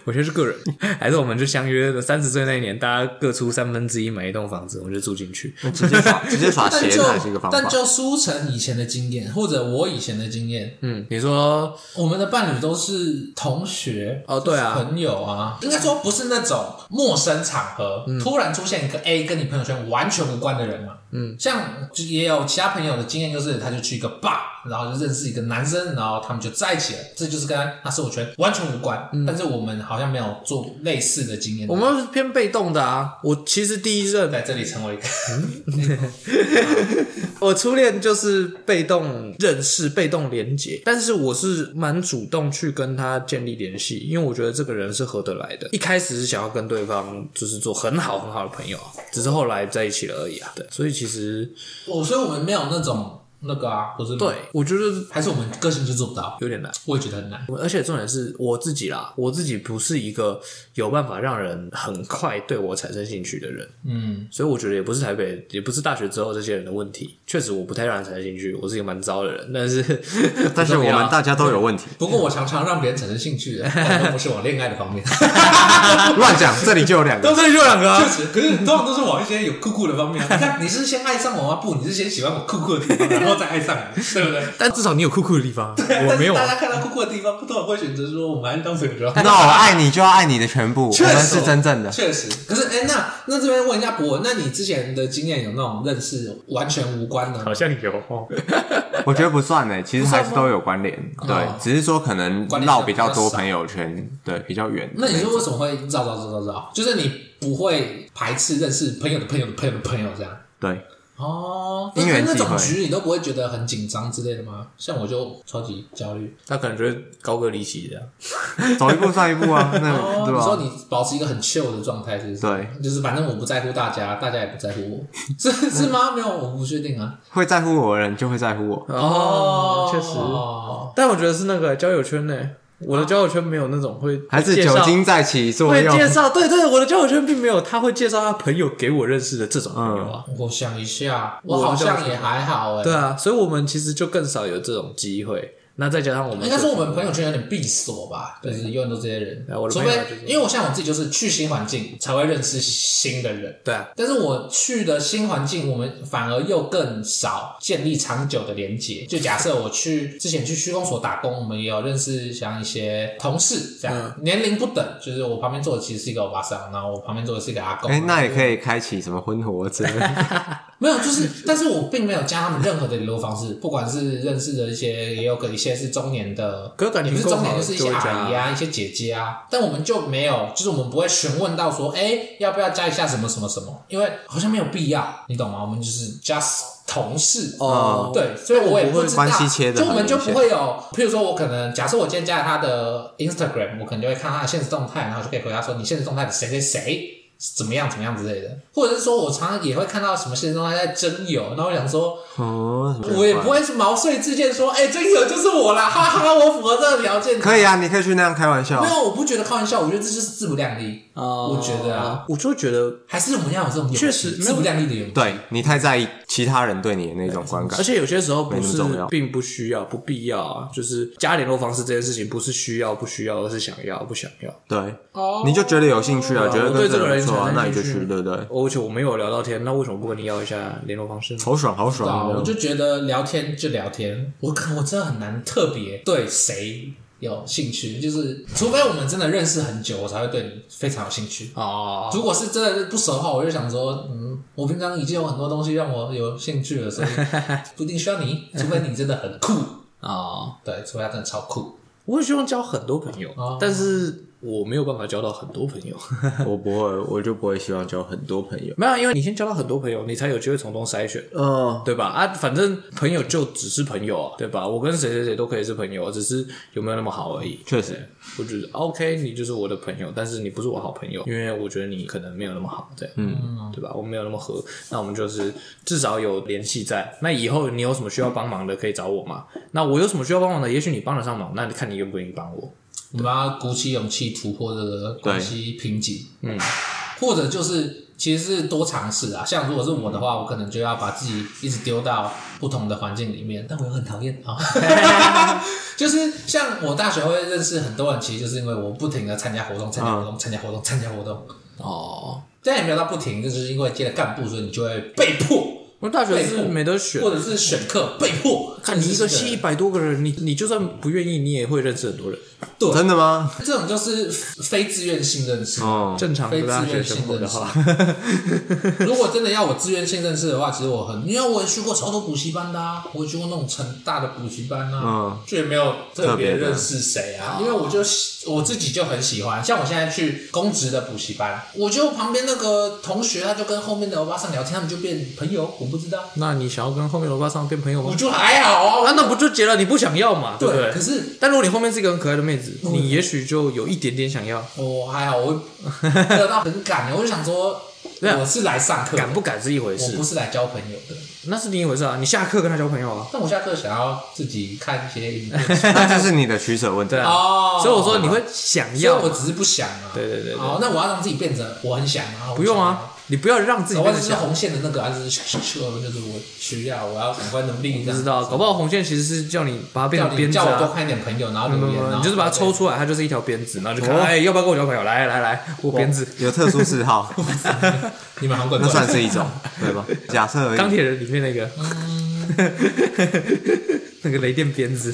[SPEAKER 2] 我觉得是个人，还是我们就相约的三十岁那一年，大家各出三分之一买一栋房子，我们就住进去。
[SPEAKER 3] 直
[SPEAKER 2] (laughs)
[SPEAKER 3] 接耍，直接耍
[SPEAKER 1] 但
[SPEAKER 3] 鞋
[SPEAKER 1] 就
[SPEAKER 3] 那也是一个方法
[SPEAKER 1] 但。就苏晨以前的经验，或者我以前的经验，
[SPEAKER 2] 嗯，你说
[SPEAKER 1] 我们的伴侣都是同学
[SPEAKER 2] 哦对啊
[SPEAKER 1] 朋友啊，应该说不是那种陌生场合、突然出现一个 A 跟你朋友圈完全无关的人嘛。嗯，像就也有其他朋友的经验，就是他就去一个 bar，然后就认识一个男生，然后他们就在一起了，这就是跟他他生活圈完全无关、但是我们好像没有做类似的经验。
[SPEAKER 2] 我们是偏被动的啊，我其实第一任
[SPEAKER 1] 在这里成为一个
[SPEAKER 2] 我初恋就是被动认识、被动连接，但是我是蛮主动去跟他建立联系，因为我觉得这个人是合得来的。一开始是想要跟对方就是做很好很好的朋友啊，只是后来在一起了而已啊。对，所以其实
[SPEAKER 1] (laughs) 我，所以我们没有那种那个啊，不是吗
[SPEAKER 2] 对，我觉得
[SPEAKER 1] 还是我们个性就做不到，
[SPEAKER 2] 有点难。
[SPEAKER 1] 我也觉得很难。
[SPEAKER 2] 我而且重点是我自己啦，我自己不是一个有办法让人很快对我产生兴趣的人，
[SPEAKER 1] 嗯，
[SPEAKER 2] 所以我觉得也不是台北，也不是大学之后这些人的问题。确实，我不太让人产生兴趣，我是一个蛮糟的人，但是 (laughs)
[SPEAKER 3] 但是
[SPEAKER 2] 不重
[SPEAKER 3] 我
[SPEAKER 2] 要啊
[SPEAKER 3] 们大家都
[SPEAKER 2] (laughs)
[SPEAKER 3] 有问题，
[SPEAKER 1] 不过我常常让别人产生兴 (laughs) 趣的，但都不是往恋爱的方面。
[SPEAKER 2] 啊
[SPEAKER 3] 乱讲，这里就有两个。
[SPEAKER 2] 这里就有两个、
[SPEAKER 1] 确实，可是通常都是往一些有酷酷的方面。你 (laughs) 看，你是先爱上我吗？不，你是先喜欢我酷酷的地方，然后再爱上我， (laughs) 对不对？
[SPEAKER 2] 但至少你有酷酷的
[SPEAKER 1] (laughs)
[SPEAKER 2] 地方，我
[SPEAKER 1] 但是
[SPEAKER 2] 没有
[SPEAKER 1] 大
[SPEAKER 2] 啊。
[SPEAKER 1] 家看到酷酷的地方，通常会选择说我们还是当朋友就好。
[SPEAKER 3] 那我爱你就要爱你的全部，我
[SPEAKER 1] 确
[SPEAKER 3] 们
[SPEAKER 1] 实
[SPEAKER 3] 是真正的。
[SPEAKER 1] 确实，可是哎、那那这边问一下博文，那你之前的经验有那种认识完全无关的吗？
[SPEAKER 2] 像有哦，
[SPEAKER 3] (laughs) 我觉得不算呢，其实还是都有关联。对
[SPEAKER 1] 哦，
[SPEAKER 3] 只是说可能
[SPEAKER 1] 关联
[SPEAKER 3] 绕
[SPEAKER 1] 性
[SPEAKER 3] 比较
[SPEAKER 1] 比较
[SPEAKER 3] 多
[SPEAKER 1] 少
[SPEAKER 3] 朋友圈，对，比较远。
[SPEAKER 1] 那你是为什么会绕绕绕绕绕？就是你不会排斥认识朋友的朋友的朋友的朋友这样？
[SPEAKER 3] 对，
[SPEAKER 1] 哦，
[SPEAKER 3] 因
[SPEAKER 1] 那
[SPEAKER 3] 缘
[SPEAKER 1] 那
[SPEAKER 3] 际
[SPEAKER 1] 种
[SPEAKER 3] 会
[SPEAKER 1] 局你都不会觉得很紧张之类的吗？像我就超级焦虑。
[SPEAKER 2] 他可能觉得高歌离奇这样。
[SPEAKER 3] 走一步算一步啊，那
[SPEAKER 1] 哦，
[SPEAKER 3] 对
[SPEAKER 1] 你说
[SPEAKER 3] 吧？
[SPEAKER 1] 你保持一个很 chill 的状态，是不是？
[SPEAKER 3] 对，
[SPEAKER 1] 就是反正我不在乎大家，大家也不在乎
[SPEAKER 2] (laughs)
[SPEAKER 1] 我，是是吗？没有，我不确定啊。
[SPEAKER 3] 会在乎我的人就会在乎我。
[SPEAKER 1] 哦，
[SPEAKER 2] 嗯确实。但我觉得是那个交友圈呢，我的交友圈没有那种会
[SPEAKER 3] 还是
[SPEAKER 2] 介绍
[SPEAKER 3] 酒精在起作
[SPEAKER 2] 会
[SPEAKER 3] 用
[SPEAKER 2] 介？绍，对对，我的交友圈并没有他会介绍他朋友给我认识的这种朋友
[SPEAKER 3] 嗯
[SPEAKER 2] 啊。
[SPEAKER 1] 我想一下，
[SPEAKER 2] 我
[SPEAKER 1] 我好像也还好哎、
[SPEAKER 2] 对啊，所以我们其实就更少有这种机会。那再加上我们
[SPEAKER 1] 应该说我们朋友圈有点闭锁吧，就是有很多这些人
[SPEAKER 2] 对我，的
[SPEAKER 1] 除
[SPEAKER 2] 朋友
[SPEAKER 1] 非
[SPEAKER 2] 就是
[SPEAKER 1] 因为我像我自己就是去新环境才会认识新的人，
[SPEAKER 2] 对啊，
[SPEAKER 1] 但是我去的新环境，我们反而又更少建立长久的连接。就假设我去之前去区公所打工，我们也有认识像一些同事这样，年龄不等，就是我旁边坐的其实是一个欧巴桑，然后我旁边坐的是一个阿公。
[SPEAKER 3] 哎、那也可以开启什么婚活之类的。
[SPEAKER 1] 没有，就是，
[SPEAKER 2] (laughs)
[SPEAKER 1] 但是我并没有加他们任何的联络方式，不管是认识的一些，也有个一些是中年的，
[SPEAKER 2] 可是感觉
[SPEAKER 1] 也不是中年，
[SPEAKER 2] 够好
[SPEAKER 1] 就是一些
[SPEAKER 2] 就会加
[SPEAKER 1] 阿姨啊，一些姐姐啊，但我们就没有，就是我们不会询问到说，哎、要不要加一下什么什么什么，因为好像没有必要，你懂吗？我们就是 just 同事
[SPEAKER 2] 哦
[SPEAKER 1] 对，所以我也不知道，
[SPEAKER 3] 关系切得
[SPEAKER 1] 就
[SPEAKER 3] 很
[SPEAKER 1] 我们就不
[SPEAKER 3] 明显
[SPEAKER 1] 会有，譬如说我可能假设我今天加了他的 Instagram，我可能就会看他的现实动态，然后就可以回答说你现实动态的谁谁谁。怎么样怎么样之类的，或者是说我常常也会看到什么现实动态在征友，然后我想说，
[SPEAKER 3] 哦，什么
[SPEAKER 1] 我也不会是毛遂自荐说，哎、征友就是我啦，哈哈，我符合这个条件。
[SPEAKER 3] 可以啊，你可以去那样开玩笑
[SPEAKER 1] 没。有，我不觉得开玩笑，我觉得这就是自不量力。
[SPEAKER 2] 哦
[SPEAKER 1] 我觉得啊，
[SPEAKER 2] 我就觉得，
[SPEAKER 1] 还是我们要有这种勇气
[SPEAKER 2] 确实没有
[SPEAKER 1] 自不量力的勇气。
[SPEAKER 3] 对你太在意其他人对你的那种观感
[SPEAKER 2] 而，且有些时候不
[SPEAKER 3] 没那么
[SPEAKER 2] 是
[SPEAKER 3] 重要
[SPEAKER 2] 并不需要、不必要啊，就是加联络方式这件事情，不是需要不需要，而是想要不想要。
[SPEAKER 3] 对，
[SPEAKER 1] 哦
[SPEAKER 3] 你就觉得有兴趣
[SPEAKER 2] 对
[SPEAKER 3] 啊，
[SPEAKER 2] 啊
[SPEAKER 3] 觉得
[SPEAKER 2] 我对
[SPEAKER 3] 跟
[SPEAKER 2] 这个
[SPEAKER 3] 人
[SPEAKER 2] 人
[SPEAKER 3] 不错啊，
[SPEAKER 2] 产生
[SPEAKER 3] 那你就
[SPEAKER 2] 兴趣
[SPEAKER 3] 去，对不对？
[SPEAKER 2] 哦而且我们有聊到天，那为什么不跟你要一下联络方式呢？
[SPEAKER 3] 好爽，好爽！
[SPEAKER 1] 啊，
[SPEAKER 3] 有没有
[SPEAKER 1] 我就觉得聊天就聊天，我可我真的很难特别对谁有兴趣，就是除非我们真的认识很久，我才会对你非常有兴趣。
[SPEAKER 2] 哦，
[SPEAKER 1] 如果是真的不熟的话，我就想说，嗯，我平常已经有很多东西让我有兴趣了，所以 (laughs) 不一定需要你，除非你真的很酷，
[SPEAKER 2] 啊，
[SPEAKER 1] 对，除非他真的超酷。
[SPEAKER 2] 我也希望交很多朋友，
[SPEAKER 3] 哦
[SPEAKER 2] 但是我没有办法交到很多朋友。 (laughs)
[SPEAKER 3] 我不会，我就不会希望交很多朋友。
[SPEAKER 2] 没有，因为你先交到很多朋友，你才有机会从中筛选。
[SPEAKER 3] 嗯，
[SPEAKER 2] 对吧？啊，反正朋友就只是朋友啊，对吧？我跟谁谁谁都可以是朋友，啊只是有没有那么好而已。
[SPEAKER 3] 确实
[SPEAKER 2] 对，我觉得 OK，你就是我的朋友，但是你不是我好朋友，因为我觉得你可能没有那么好，这样，嗯，对吧？我们没有那么合，那我们就是至少有联系在。那以后你有什么需要帮忙的，可以找我嘛。那我有什么需要帮忙的，也许你帮得上忙，那你看你愿不愿意帮我。
[SPEAKER 1] 我们要鼓起勇气突破这个关系瓶颈，嗯，或者就是其实是多尝试啊。像如果是我的话，我可能就要把自己一直丢到不同的环境里面，但我又很讨厌啊。
[SPEAKER 2] 哦
[SPEAKER 1] (laughs) 就是像我大学会认识很多人，其实就是因为我不停的参加活动、参
[SPEAKER 2] 嗯
[SPEAKER 1] 加活动、参加活动、参加活动，
[SPEAKER 2] 哦，
[SPEAKER 1] 但也没有到不停，就是因为接了干部，所以你就会被迫，
[SPEAKER 2] 我大学是
[SPEAKER 1] 被迫
[SPEAKER 2] 没得选
[SPEAKER 1] 或。者是选课被迫。
[SPEAKER 2] 看你一个
[SPEAKER 1] 这是
[SPEAKER 2] 系一百多个人，你你就算不愿意，你也会认识很多人，
[SPEAKER 1] 对
[SPEAKER 3] 真的吗？
[SPEAKER 1] 这种就是非自愿性认识，
[SPEAKER 3] 哦，
[SPEAKER 2] 正常
[SPEAKER 1] 非
[SPEAKER 2] 的
[SPEAKER 1] 自
[SPEAKER 2] 大学
[SPEAKER 1] 愿
[SPEAKER 2] 生
[SPEAKER 1] 性
[SPEAKER 2] 活的
[SPEAKER 1] 认识
[SPEAKER 2] 话，。
[SPEAKER 1] 如果真的要我自愿性认识的话，其实我很，因为我也去过超多补习班的啊，我也去过那种成大的补习班啊，
[SPEAKER 3] 嗯
[SPEAKER 1] 就也没有特
[SPEAKER 3] 特别
[SPEAKER 1] 别
[SPEAKER 3] 的
[SPEAKER 1] 认识谁啊，因为我就喜我自己就很喜欢，像我现在去公职的补习班，我就旁边那个同学，啊他就跟后面的欧巴桑聊天，他们就变朋友，我不知道，
[SPEAKER 2] (laughs) 那你想要跟后面的欧巴桑变朋友吗
[SPEAKER 1] 我？就还好啊，
[SPEAKER 2] 啊，那不就结了？你不想要嘛，对不
[SPEAKER 1] 可
[SPEAKER 2] 对？
[SPEAKER 1] 是
[SPEAKER 2] 但如果你后面是一个很可爱的妹
[SPEAKER 1] 哦
[SPEAKER 2] 子，你也许就有一点点想要，
[SPEAKER 1] 我还好，我 (laughs) 没有到很赶，我就想说，
[SPEAKER 2] 对啊
[SPEAKER 1] 我是来上课的，
[SPEAKER 2] 敢不敢是一回
[SPEAKER 1] 我
[SPEAKER 2] 事
[SPEAKER 1] 不，是来交朋友的。
[SPEAKER 2] 那是另一回事啊。你下课跟她交朋友啊，
[SPEAKER 1] 但我下课想要自己看一些影片
[SPEAKER 2] (laughs)
[SPEAKER 3] 那就是你的取舍问题
[SPEAKER 2] 对。啊。
[SPEAKER 1] 哦，
[SPEAKER 2] 所以我说你会想
[SPEAKER 1] 所以
[SPEAKER 2] 要
[SPEAKER 1] 我
[SPEAKER 2] 嘛，
[SPEAKER 1] 只是不想啊。
[SPEAKER 2] 对对对对
[SPEAKER 1] 好，那我要让自己变成我很想啊。
[SPEAKER 2] 不用啊，你不要让自
[SPEAKER 1] 我很想啊。搞不好
[SPEAKER 2] 己变得
[SPEAKER 1] 这是
[SPEAKER 2] 想。
[SPEAKER 1] 红线的那个，还是就是我需要，我要赶快努力这
[SPEAKER 2] 不
[SPEAKER 1] 样。
[SPEAKER 2] 知道，搞不好红线其实是叫你把它变
[SPEAKER 1] 叫
[SPEAKER 2] 成
[SPEAKER 1] 你
[SPEAKER 2] 鞭子
[SPEAKER 1] 叫我多
[SPEAKER 2] 啊。
[SPEAKER 1] 看一点朋友，然后留言，然后哦
[SPEAKER 2] 你就是把它抽出来，它就是一条鞭子，然后就看，哎，要不要跟我交朋友？来来来，我鞭子，
[SPEAKER 3] 有特殊嗜好，
[SPEAKER 1] (laughs) 你们韩国
[SPEAKER 3] 那
[SPEAKER 1] 人
[SPEAKER 3] 算是一种，对吧？假设而
[SPEAKER 2] 钢
[SPEAKER 3] 已。
[SPEAKER 2] 铁人里面那个，
[SPEAKER 1] 嗯
[SPEAKER 2] (laughs) 那个雷电鞭子，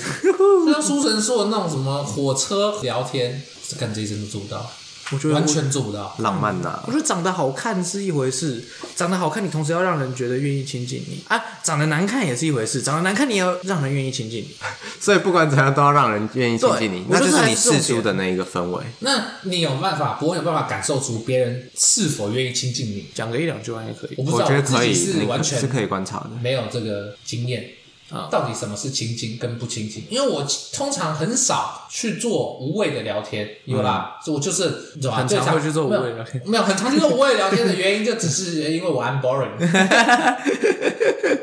[SPEAKER 1] 像书神说的那种什么火车聊天，这感觉真的做不到，
[SPEAKER 2] 我觉得我
[SPEAKER 1] 完全做不到。
[SPEAKER 3] 浪漫呐、
[SPEAKER 2] 我觉得长得好看是一回事，长得好看你同时要让人觉得愿意亲近你啊，长得难看也是一回事，长得难看你也要让人愿意亲近你。
[SPEAKER 3] 所以不管怎样都要让人愿意亲近你
[SPEAKER 2] 对，
[SPEAKER 3] 那就
[SPEAKER 2] 我觉得
[SPEAKER 3] 是
[SPEAKER 2] 还
[SPEAKER 3] 你
[SPEAKER 2] 是重
[SPEAKER 3] 试
[SPEAKER 2] 点
[SPEAKER 3] 出的那一个氛围。
[SPEAKER 1] 那你有办法，博文有办法感受出别人是否愿意亲近你？
[SPEAKER 2] 讲个一两句话也可以
[SPEAKER 1] 我不
[SPEAKER 3] 我
[SPEAKER 1] 知道，
[SPEAKER 3] 觉得
[SPEAKER 1] 自
[SPEAKER 3] 可以，
[SPEAKER 1] 己
[SPEAKER 3] 你
[SPEAKER 1] 是
[SPEAKER 3] 可
[SPEAKER 1] 完全
[SPEAKER 3] 是可以观察
[SPEAKER 1] (laughs)
[SPEAKER 3] 的。
[SPEAKER 1] 没有这个经验
[SPEAKER 2] 啊
[SPEAKER 1] 到底什么是亲近跟不亲近？因为我通常很少去做无谓的聊天，有啦，所以我就是你知道吧
[SPEAKER 2] 嗯很
[SPEAKER 1] 最
[SPEAKER 2] 常会去做无谓的聊天
[SPEAKER 1] 没有，没有很常去做无谓的聊天的原因，就只是哎因为我 I'm
[SPEAKER 2] (laughs)
[SPEAKER 1] boring，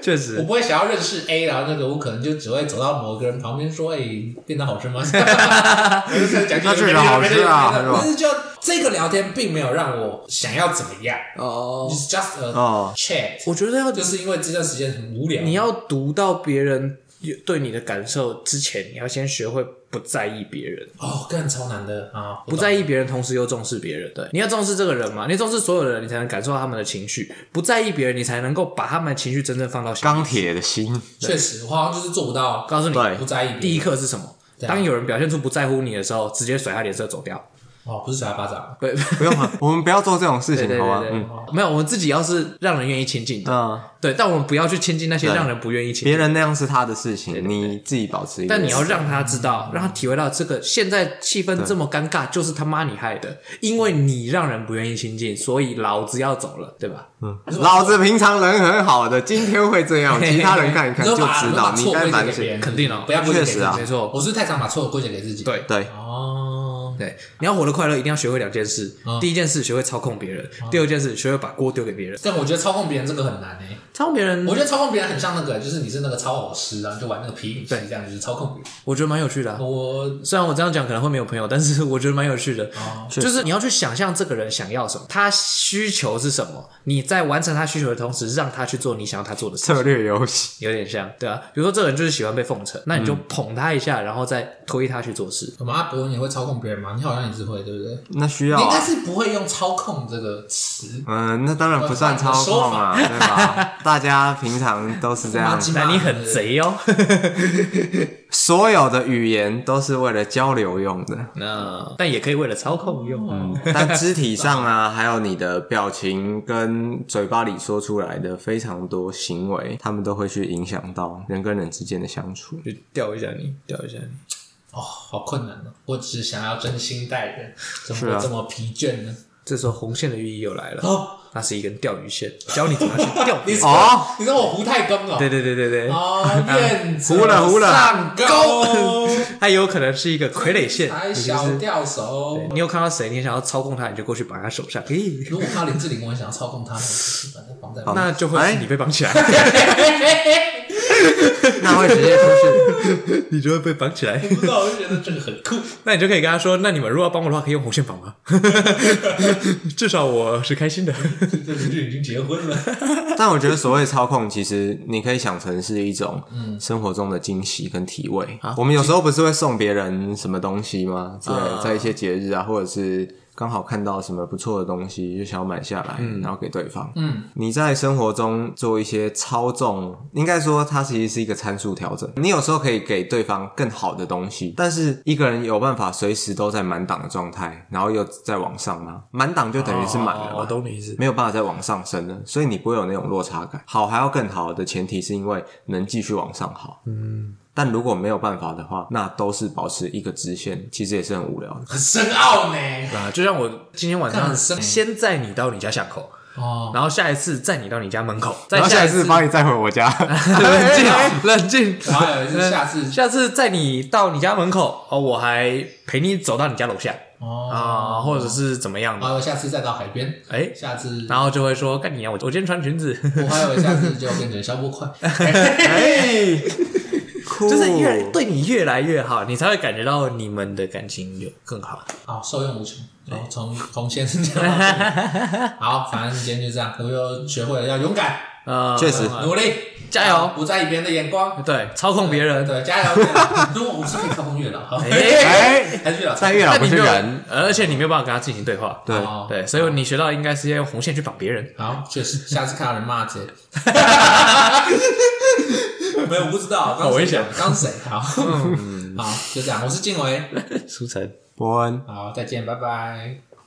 [SPEAKER 2] 确
[SPEAKER 1] 我
[SPEAKER 2] 实，
[SPEAKER 1] 不会想要认识 A，然后那个我可能就只会走到某个人旁边说：“哎、变得好
[SPEAKER 2] (laughs)
[SPEAKER 1] 吃吗？”那
[SPEAKER 3] 那确实好吃
[SPEAKER 1] (laughs)
[SPEAKER 3] 啊是吧
[SPEAKER 1] 但是就这个聊天并没有让我想要怎么样，就
[SPEAKER 2] 哦，
[SPEAKER 1] 是 just a
[SPEAKER 3] 哦
[SPEAKER 1] chat，
[SPEAKER 2] 我觉得要
[SPEAKER 1] 就是因为这段时间很无聊，
[SPEAKER 2] 你要读到别人有对你的感受之前，你要先学会不在意别人，
[SPEAKER 1] 哦，干超难的啊！
[SPEAKER 2] 不在意别人，同时又重视别人。对，你要重视这个人嘛，你重视所有的人，你才能感受到他们的情绪；不在意别人，你才能够把他们的情绪真正放到心里。
[SPEAKER 3] 钢铁
[SPEAKER 1] (laughs)
[SPEAKER 3] 的心，
[SPEAKER 1] 确实，我好像就是做不到
[SPEAKER 2] 告诉你，
[SPEAKER 3] 对
[SPEAKER 1] 不在意别人
[SPEAKER 2] 第一课是什么？
[SPEAKER 1] 对啊
[SPEAKER 2] 当有人表现出不在乎你的时候，直接甩他脸色走掉。
[SPEAKER 1] 哦，不是甩他巴掌，
[SPEAKER 2] 对，
[SPEAKER 3] 不用啊，我们不要做这种事
[SPEAKER 2] 对
[SPEAKER 3] 情，
[SPEAKER 2] 对
[SPEAKER 3] 好吗？
[SPEAKER 2] 对对
[SPEAKER 3] 嗯，
[SPEAKER 2] 啊没有，我们自己要是让人愿意亲近的，
[SPEAKER 3] 嗯，
[SPEAKER 2] 对，但我们不要去亲近那些
[SPEAKER 3] 对
[SPEAKER 2] 让人不愿意亲近
[SPEAKER 3] 别人那样是他的事情，你自己保持一个。
[SPEAKER 2] 但你要让他知道，让他体会到这个现在气氛这么尴尬，就是他妈你害的，因为你让人不愿意亲近，所以老子要走了，对吧？
[SPEAKER 3] 老子平常人很好的，今天会这
[SPEAKER 1] (laughs)
[SPEAKER 3] 样，其他人看一看
[SPEAKER 1] 你
[SPEAKER 3] 就
[SPEAKER 1] 说把
[SPEAKER 3] 知
[SPEAKER 1] 把
[SPEAKER 3] 道
[SPEAKER 1] 错归结
[SPEAKER 3] 你该反
[SPEAKER 1] 给别
[SPEAKER 3] 省。
[SPEAKER 1] 人，
[SPEAKER 2] 肯定哦
[SPEAKER 1] 不要归结给
[SPEAKER 3] 确
[SPEAKER 1] 自
[SPEAKER 3] 实啊
[SPEAKER 1] 己。
[SPEAKER 2] 没错，
[SPEAKER 1] 我是不是太常把错归结给自己，
[SPEAKER 2] 对
[SPEAKER 3] 对，
[SPEAKER 1] 哦，
[SPEAKER 2] 对，你要活得快乐，一定要学会两件事。第一件事，学会操控别人；第二件事，学会把锅丢给别人。
[SPEAKER 1] 但我觉得操控别人这个很难诶、
[SPEAKER 2] 操控别人，
[SPEAKER 1] 我
[SPEAKER 2] 我
[SPEAKER 1] 觉得操控别人很像那个，就是你是那个操偶师啊，你就玩那个皮影戏这样，就是操控别人。
[SPEAKER 2] 我觉得蛮有趣的啊、
[SPEAKER 1] 我
[SPEAKER 2] 虽然我这样讲可能会没有朋友，但是我觉得蛮有趣的。就是你要去想象这个人想要什么，他需求是什么，你在完成他需求的同时，让他去做你想要他做的事情。
[SPEAKER 3] 策略游戏，
[SPEAKER 2] 有点像，对啊。比如说这个人就是喜欢被奉承，那你就捧他一下，然后再推他去做事。
[SPEAKER 1] 什么阿伯，你会操控别人吗？你好像也是会，对不对？你
[SPEAKER 3] 那需要
[SPEAKER 1] 应该
[SPEAKER 3] 啊。
[SPEAKER 1] 是不会用操控这个词。
[SPEAKER 3] 嗯，那当然不算操控啊， (laughs) 对吧？大家平常都是这 (laughs) 样，
[SPEAKER 1] 基本
[SPEAKER 2] 那
[SPEAKER 1] 上
[SPEAKER 2] 你很贼哦。
[SPEAKER 3] 所有的语言都是为了交流用 (laughs) 的。
[SPEAKER 2] 那但也可以为了操控用。嗯，
[SPEAKER 3] 但肢体上啊， (laughs) 还有你的表情跟嘴巴里说出来的非常多行为，他们都会去影响到人跟人之间的相处。
[SPEAKER 2] 就吊一下你，吊一下你。
[SPEAKER 1] 哦，好困难哦！我只想要真心待人，怎么
[SPEAKER 3] 是啊
[SPEAKER 1] 会这么疲倦呢？
[SPEAKER 2] 这时候红线的寓意又来了，
[SPEAKER 1] 哦，
[SPEAKER 2] 那是一根钓鱼线，教你怎么去钓鱼。
[SPEAKER 1] (laughs)
[SPEAKER 3] 哦，
[SPEAKER 1] 你说我胡太公哦？
[SPEAKER 2] 对对对对对，
[SPEAKER 3] (laughs)
[SPEAKER 1] 哦，愿者
[SPEAKER 3] 糊了糊了
[SPEAKER 1] 上
[SPEAKER 3] (laughs)
[SPEAKER 1] 钩，
[SPEAKER 2] 它有可能是一个傀儡线，
[SPEAKER 1] 才
[SPEAKER 2] 你就
[SPEAKER 1] 小
[SPEAKER 2] 是
[SPEAKER 1] 钓手。
[SPEAKER 2] 你有看到谁，你想要操控他，你就过去绑他手上，咦，
[SPEAKER 1] 如果看到林志玲，我很想要操控他，那我就是把他绑在。 (laughs)
[SPEAKER 2] 那就会是你被绑起来，
[SPEAKER 3] 那会直接出去。
[SPEAKER 2] (laughs) 你就会被绑起来。
[SPEAKER 1] 不知道，我就觉得这个很酷。
[SPEAKER 2] (laughs) 那你就可以跟他说，那你们如果要帮我的话，可以用红线绑吗？ (laughs) 至少我是开心的。
[SPEAKER 1] 这林志玲已经结婚了， (laughs)
[SPEAKER 3] (laughs) 但我觉得所谓操控，其实你可以想成是一种
[SPEAKER 2] 嗯
[SPEAKER 3] 生活中的惊喜跟体味。我们有时候不是会送别人什么东西吗？之类的，
[SPEAKER 2] 啊啊
[SPEAKER 3] 在一些节日啊，或者是。刚好看到什么不错的东西，就想要买下来，然后给对方。嗯，你在生活中做一些操纵，应该说它其实是一个参数调整。你有时候可以给对方更好的东西，但是一个人有办法随时都在满档的状态，然后又在往上吗？满档就等于是满了嘛、
[SPEAKER 2] 哦我懂你意思。
[SPEAKER 3] 没有办法再往上升了，所以你不会有那种落差感。好还要更好的前提是因为能继续往上好，嗯。但如果没有办法的话，那都是保持一个直线，其实也是很无聊的。
[SPEAKER 1] 很深奥呢。
[SPEAKER 2] 啊，就像我今天晚
[SPEAKER 1] 看
[SPEAKER 2] 上
[SPEAKER 1] 很深
[SPEAKER 2] 先载你到你家巷口，
[SPEAKER 1] 哦，
[SPEAKER 2] 然后下一次载你到你家门口，再
[SPEAKER 3] 然后下
[SPEAKER 2] 一
[SPEAKER 3] 一次把
[SPEAKER 2] (laughs)
[SPEAKER 3] 你载回我家， (laughs)
[SPEAKER 2] 冷静冷静。
[SPEAKER 1] 然后有一次下次
[SPEAKER 2] (laughs) 下次载你到你家门口哦，我还陪你走到你家楼下
[SPEAKER 1] 哦，
[SPEAKER 2] 啊，或者是怎么样
[SPEAKER 1] 然
[SPEAKER 2] 的？
[SPEAKER 1] 后下次再到海边，
[SPEAKER 2] 哎，
[SPEAKER 1] 下次
[SPEAKER 2] 然后就会说干你啊，我我今天穿裙子，
[SPEAKER 1] 我还以为下次就变成消波块。 (laughs)
[SPEAKER 3] 哎，酷
[SPEAKER 2] 就是越对你越来越好，你才会感觉到你们的感情有更好。
[SPEAKER 1] 好，受用无穷。然后从从先生讲到这里，好，反正今天就这样，我又学会了要勇敢，
[SPEAKER 2] 呃，
[SPEAKER 3] 确实
[SPEAKER 1] 努力，
[SPEAKER 2] 加油
[SPEAKER 1] 不在意别人的眼光，
[SPEAKER 2] 对，操控别人。
[SPEAKER 1] 对，加油。 (laughs) 如果我是可以操控月老，好
[SPEAKER 3] 哎，
[SPEAKER 1] 还是月老操控
[SPEAKER 3] 但月老
[SPEAKER 2] 那
[SPEAKER 3] 不
[SPEAKER 2] 你
[SPEAKER 3] 是
[SPEAKER 2] 没有
[SPEAKER 3] 人，，
[SPEAKER 2] 而且你没有办法跟他进行对话。
[SPEAKER 3] 对，
[SPEAKER 1] 好
[SPEAKER 2] 对，所以你学到应该是要用红线去绑别人。
[SPEAKER 1] 好，确实，下次看到人骂 (laughs) 街。没有，我不知道，刚
[SPEAKER 2] 好危险
[SPEAKER 1] 刚谁？好，嗯好，就这样，我是静伟，
[SPEAKER 2] 苏晨。
[SPEAKER 3] 伯恩。
[SPEAKER 1] 好，再见，拜拜。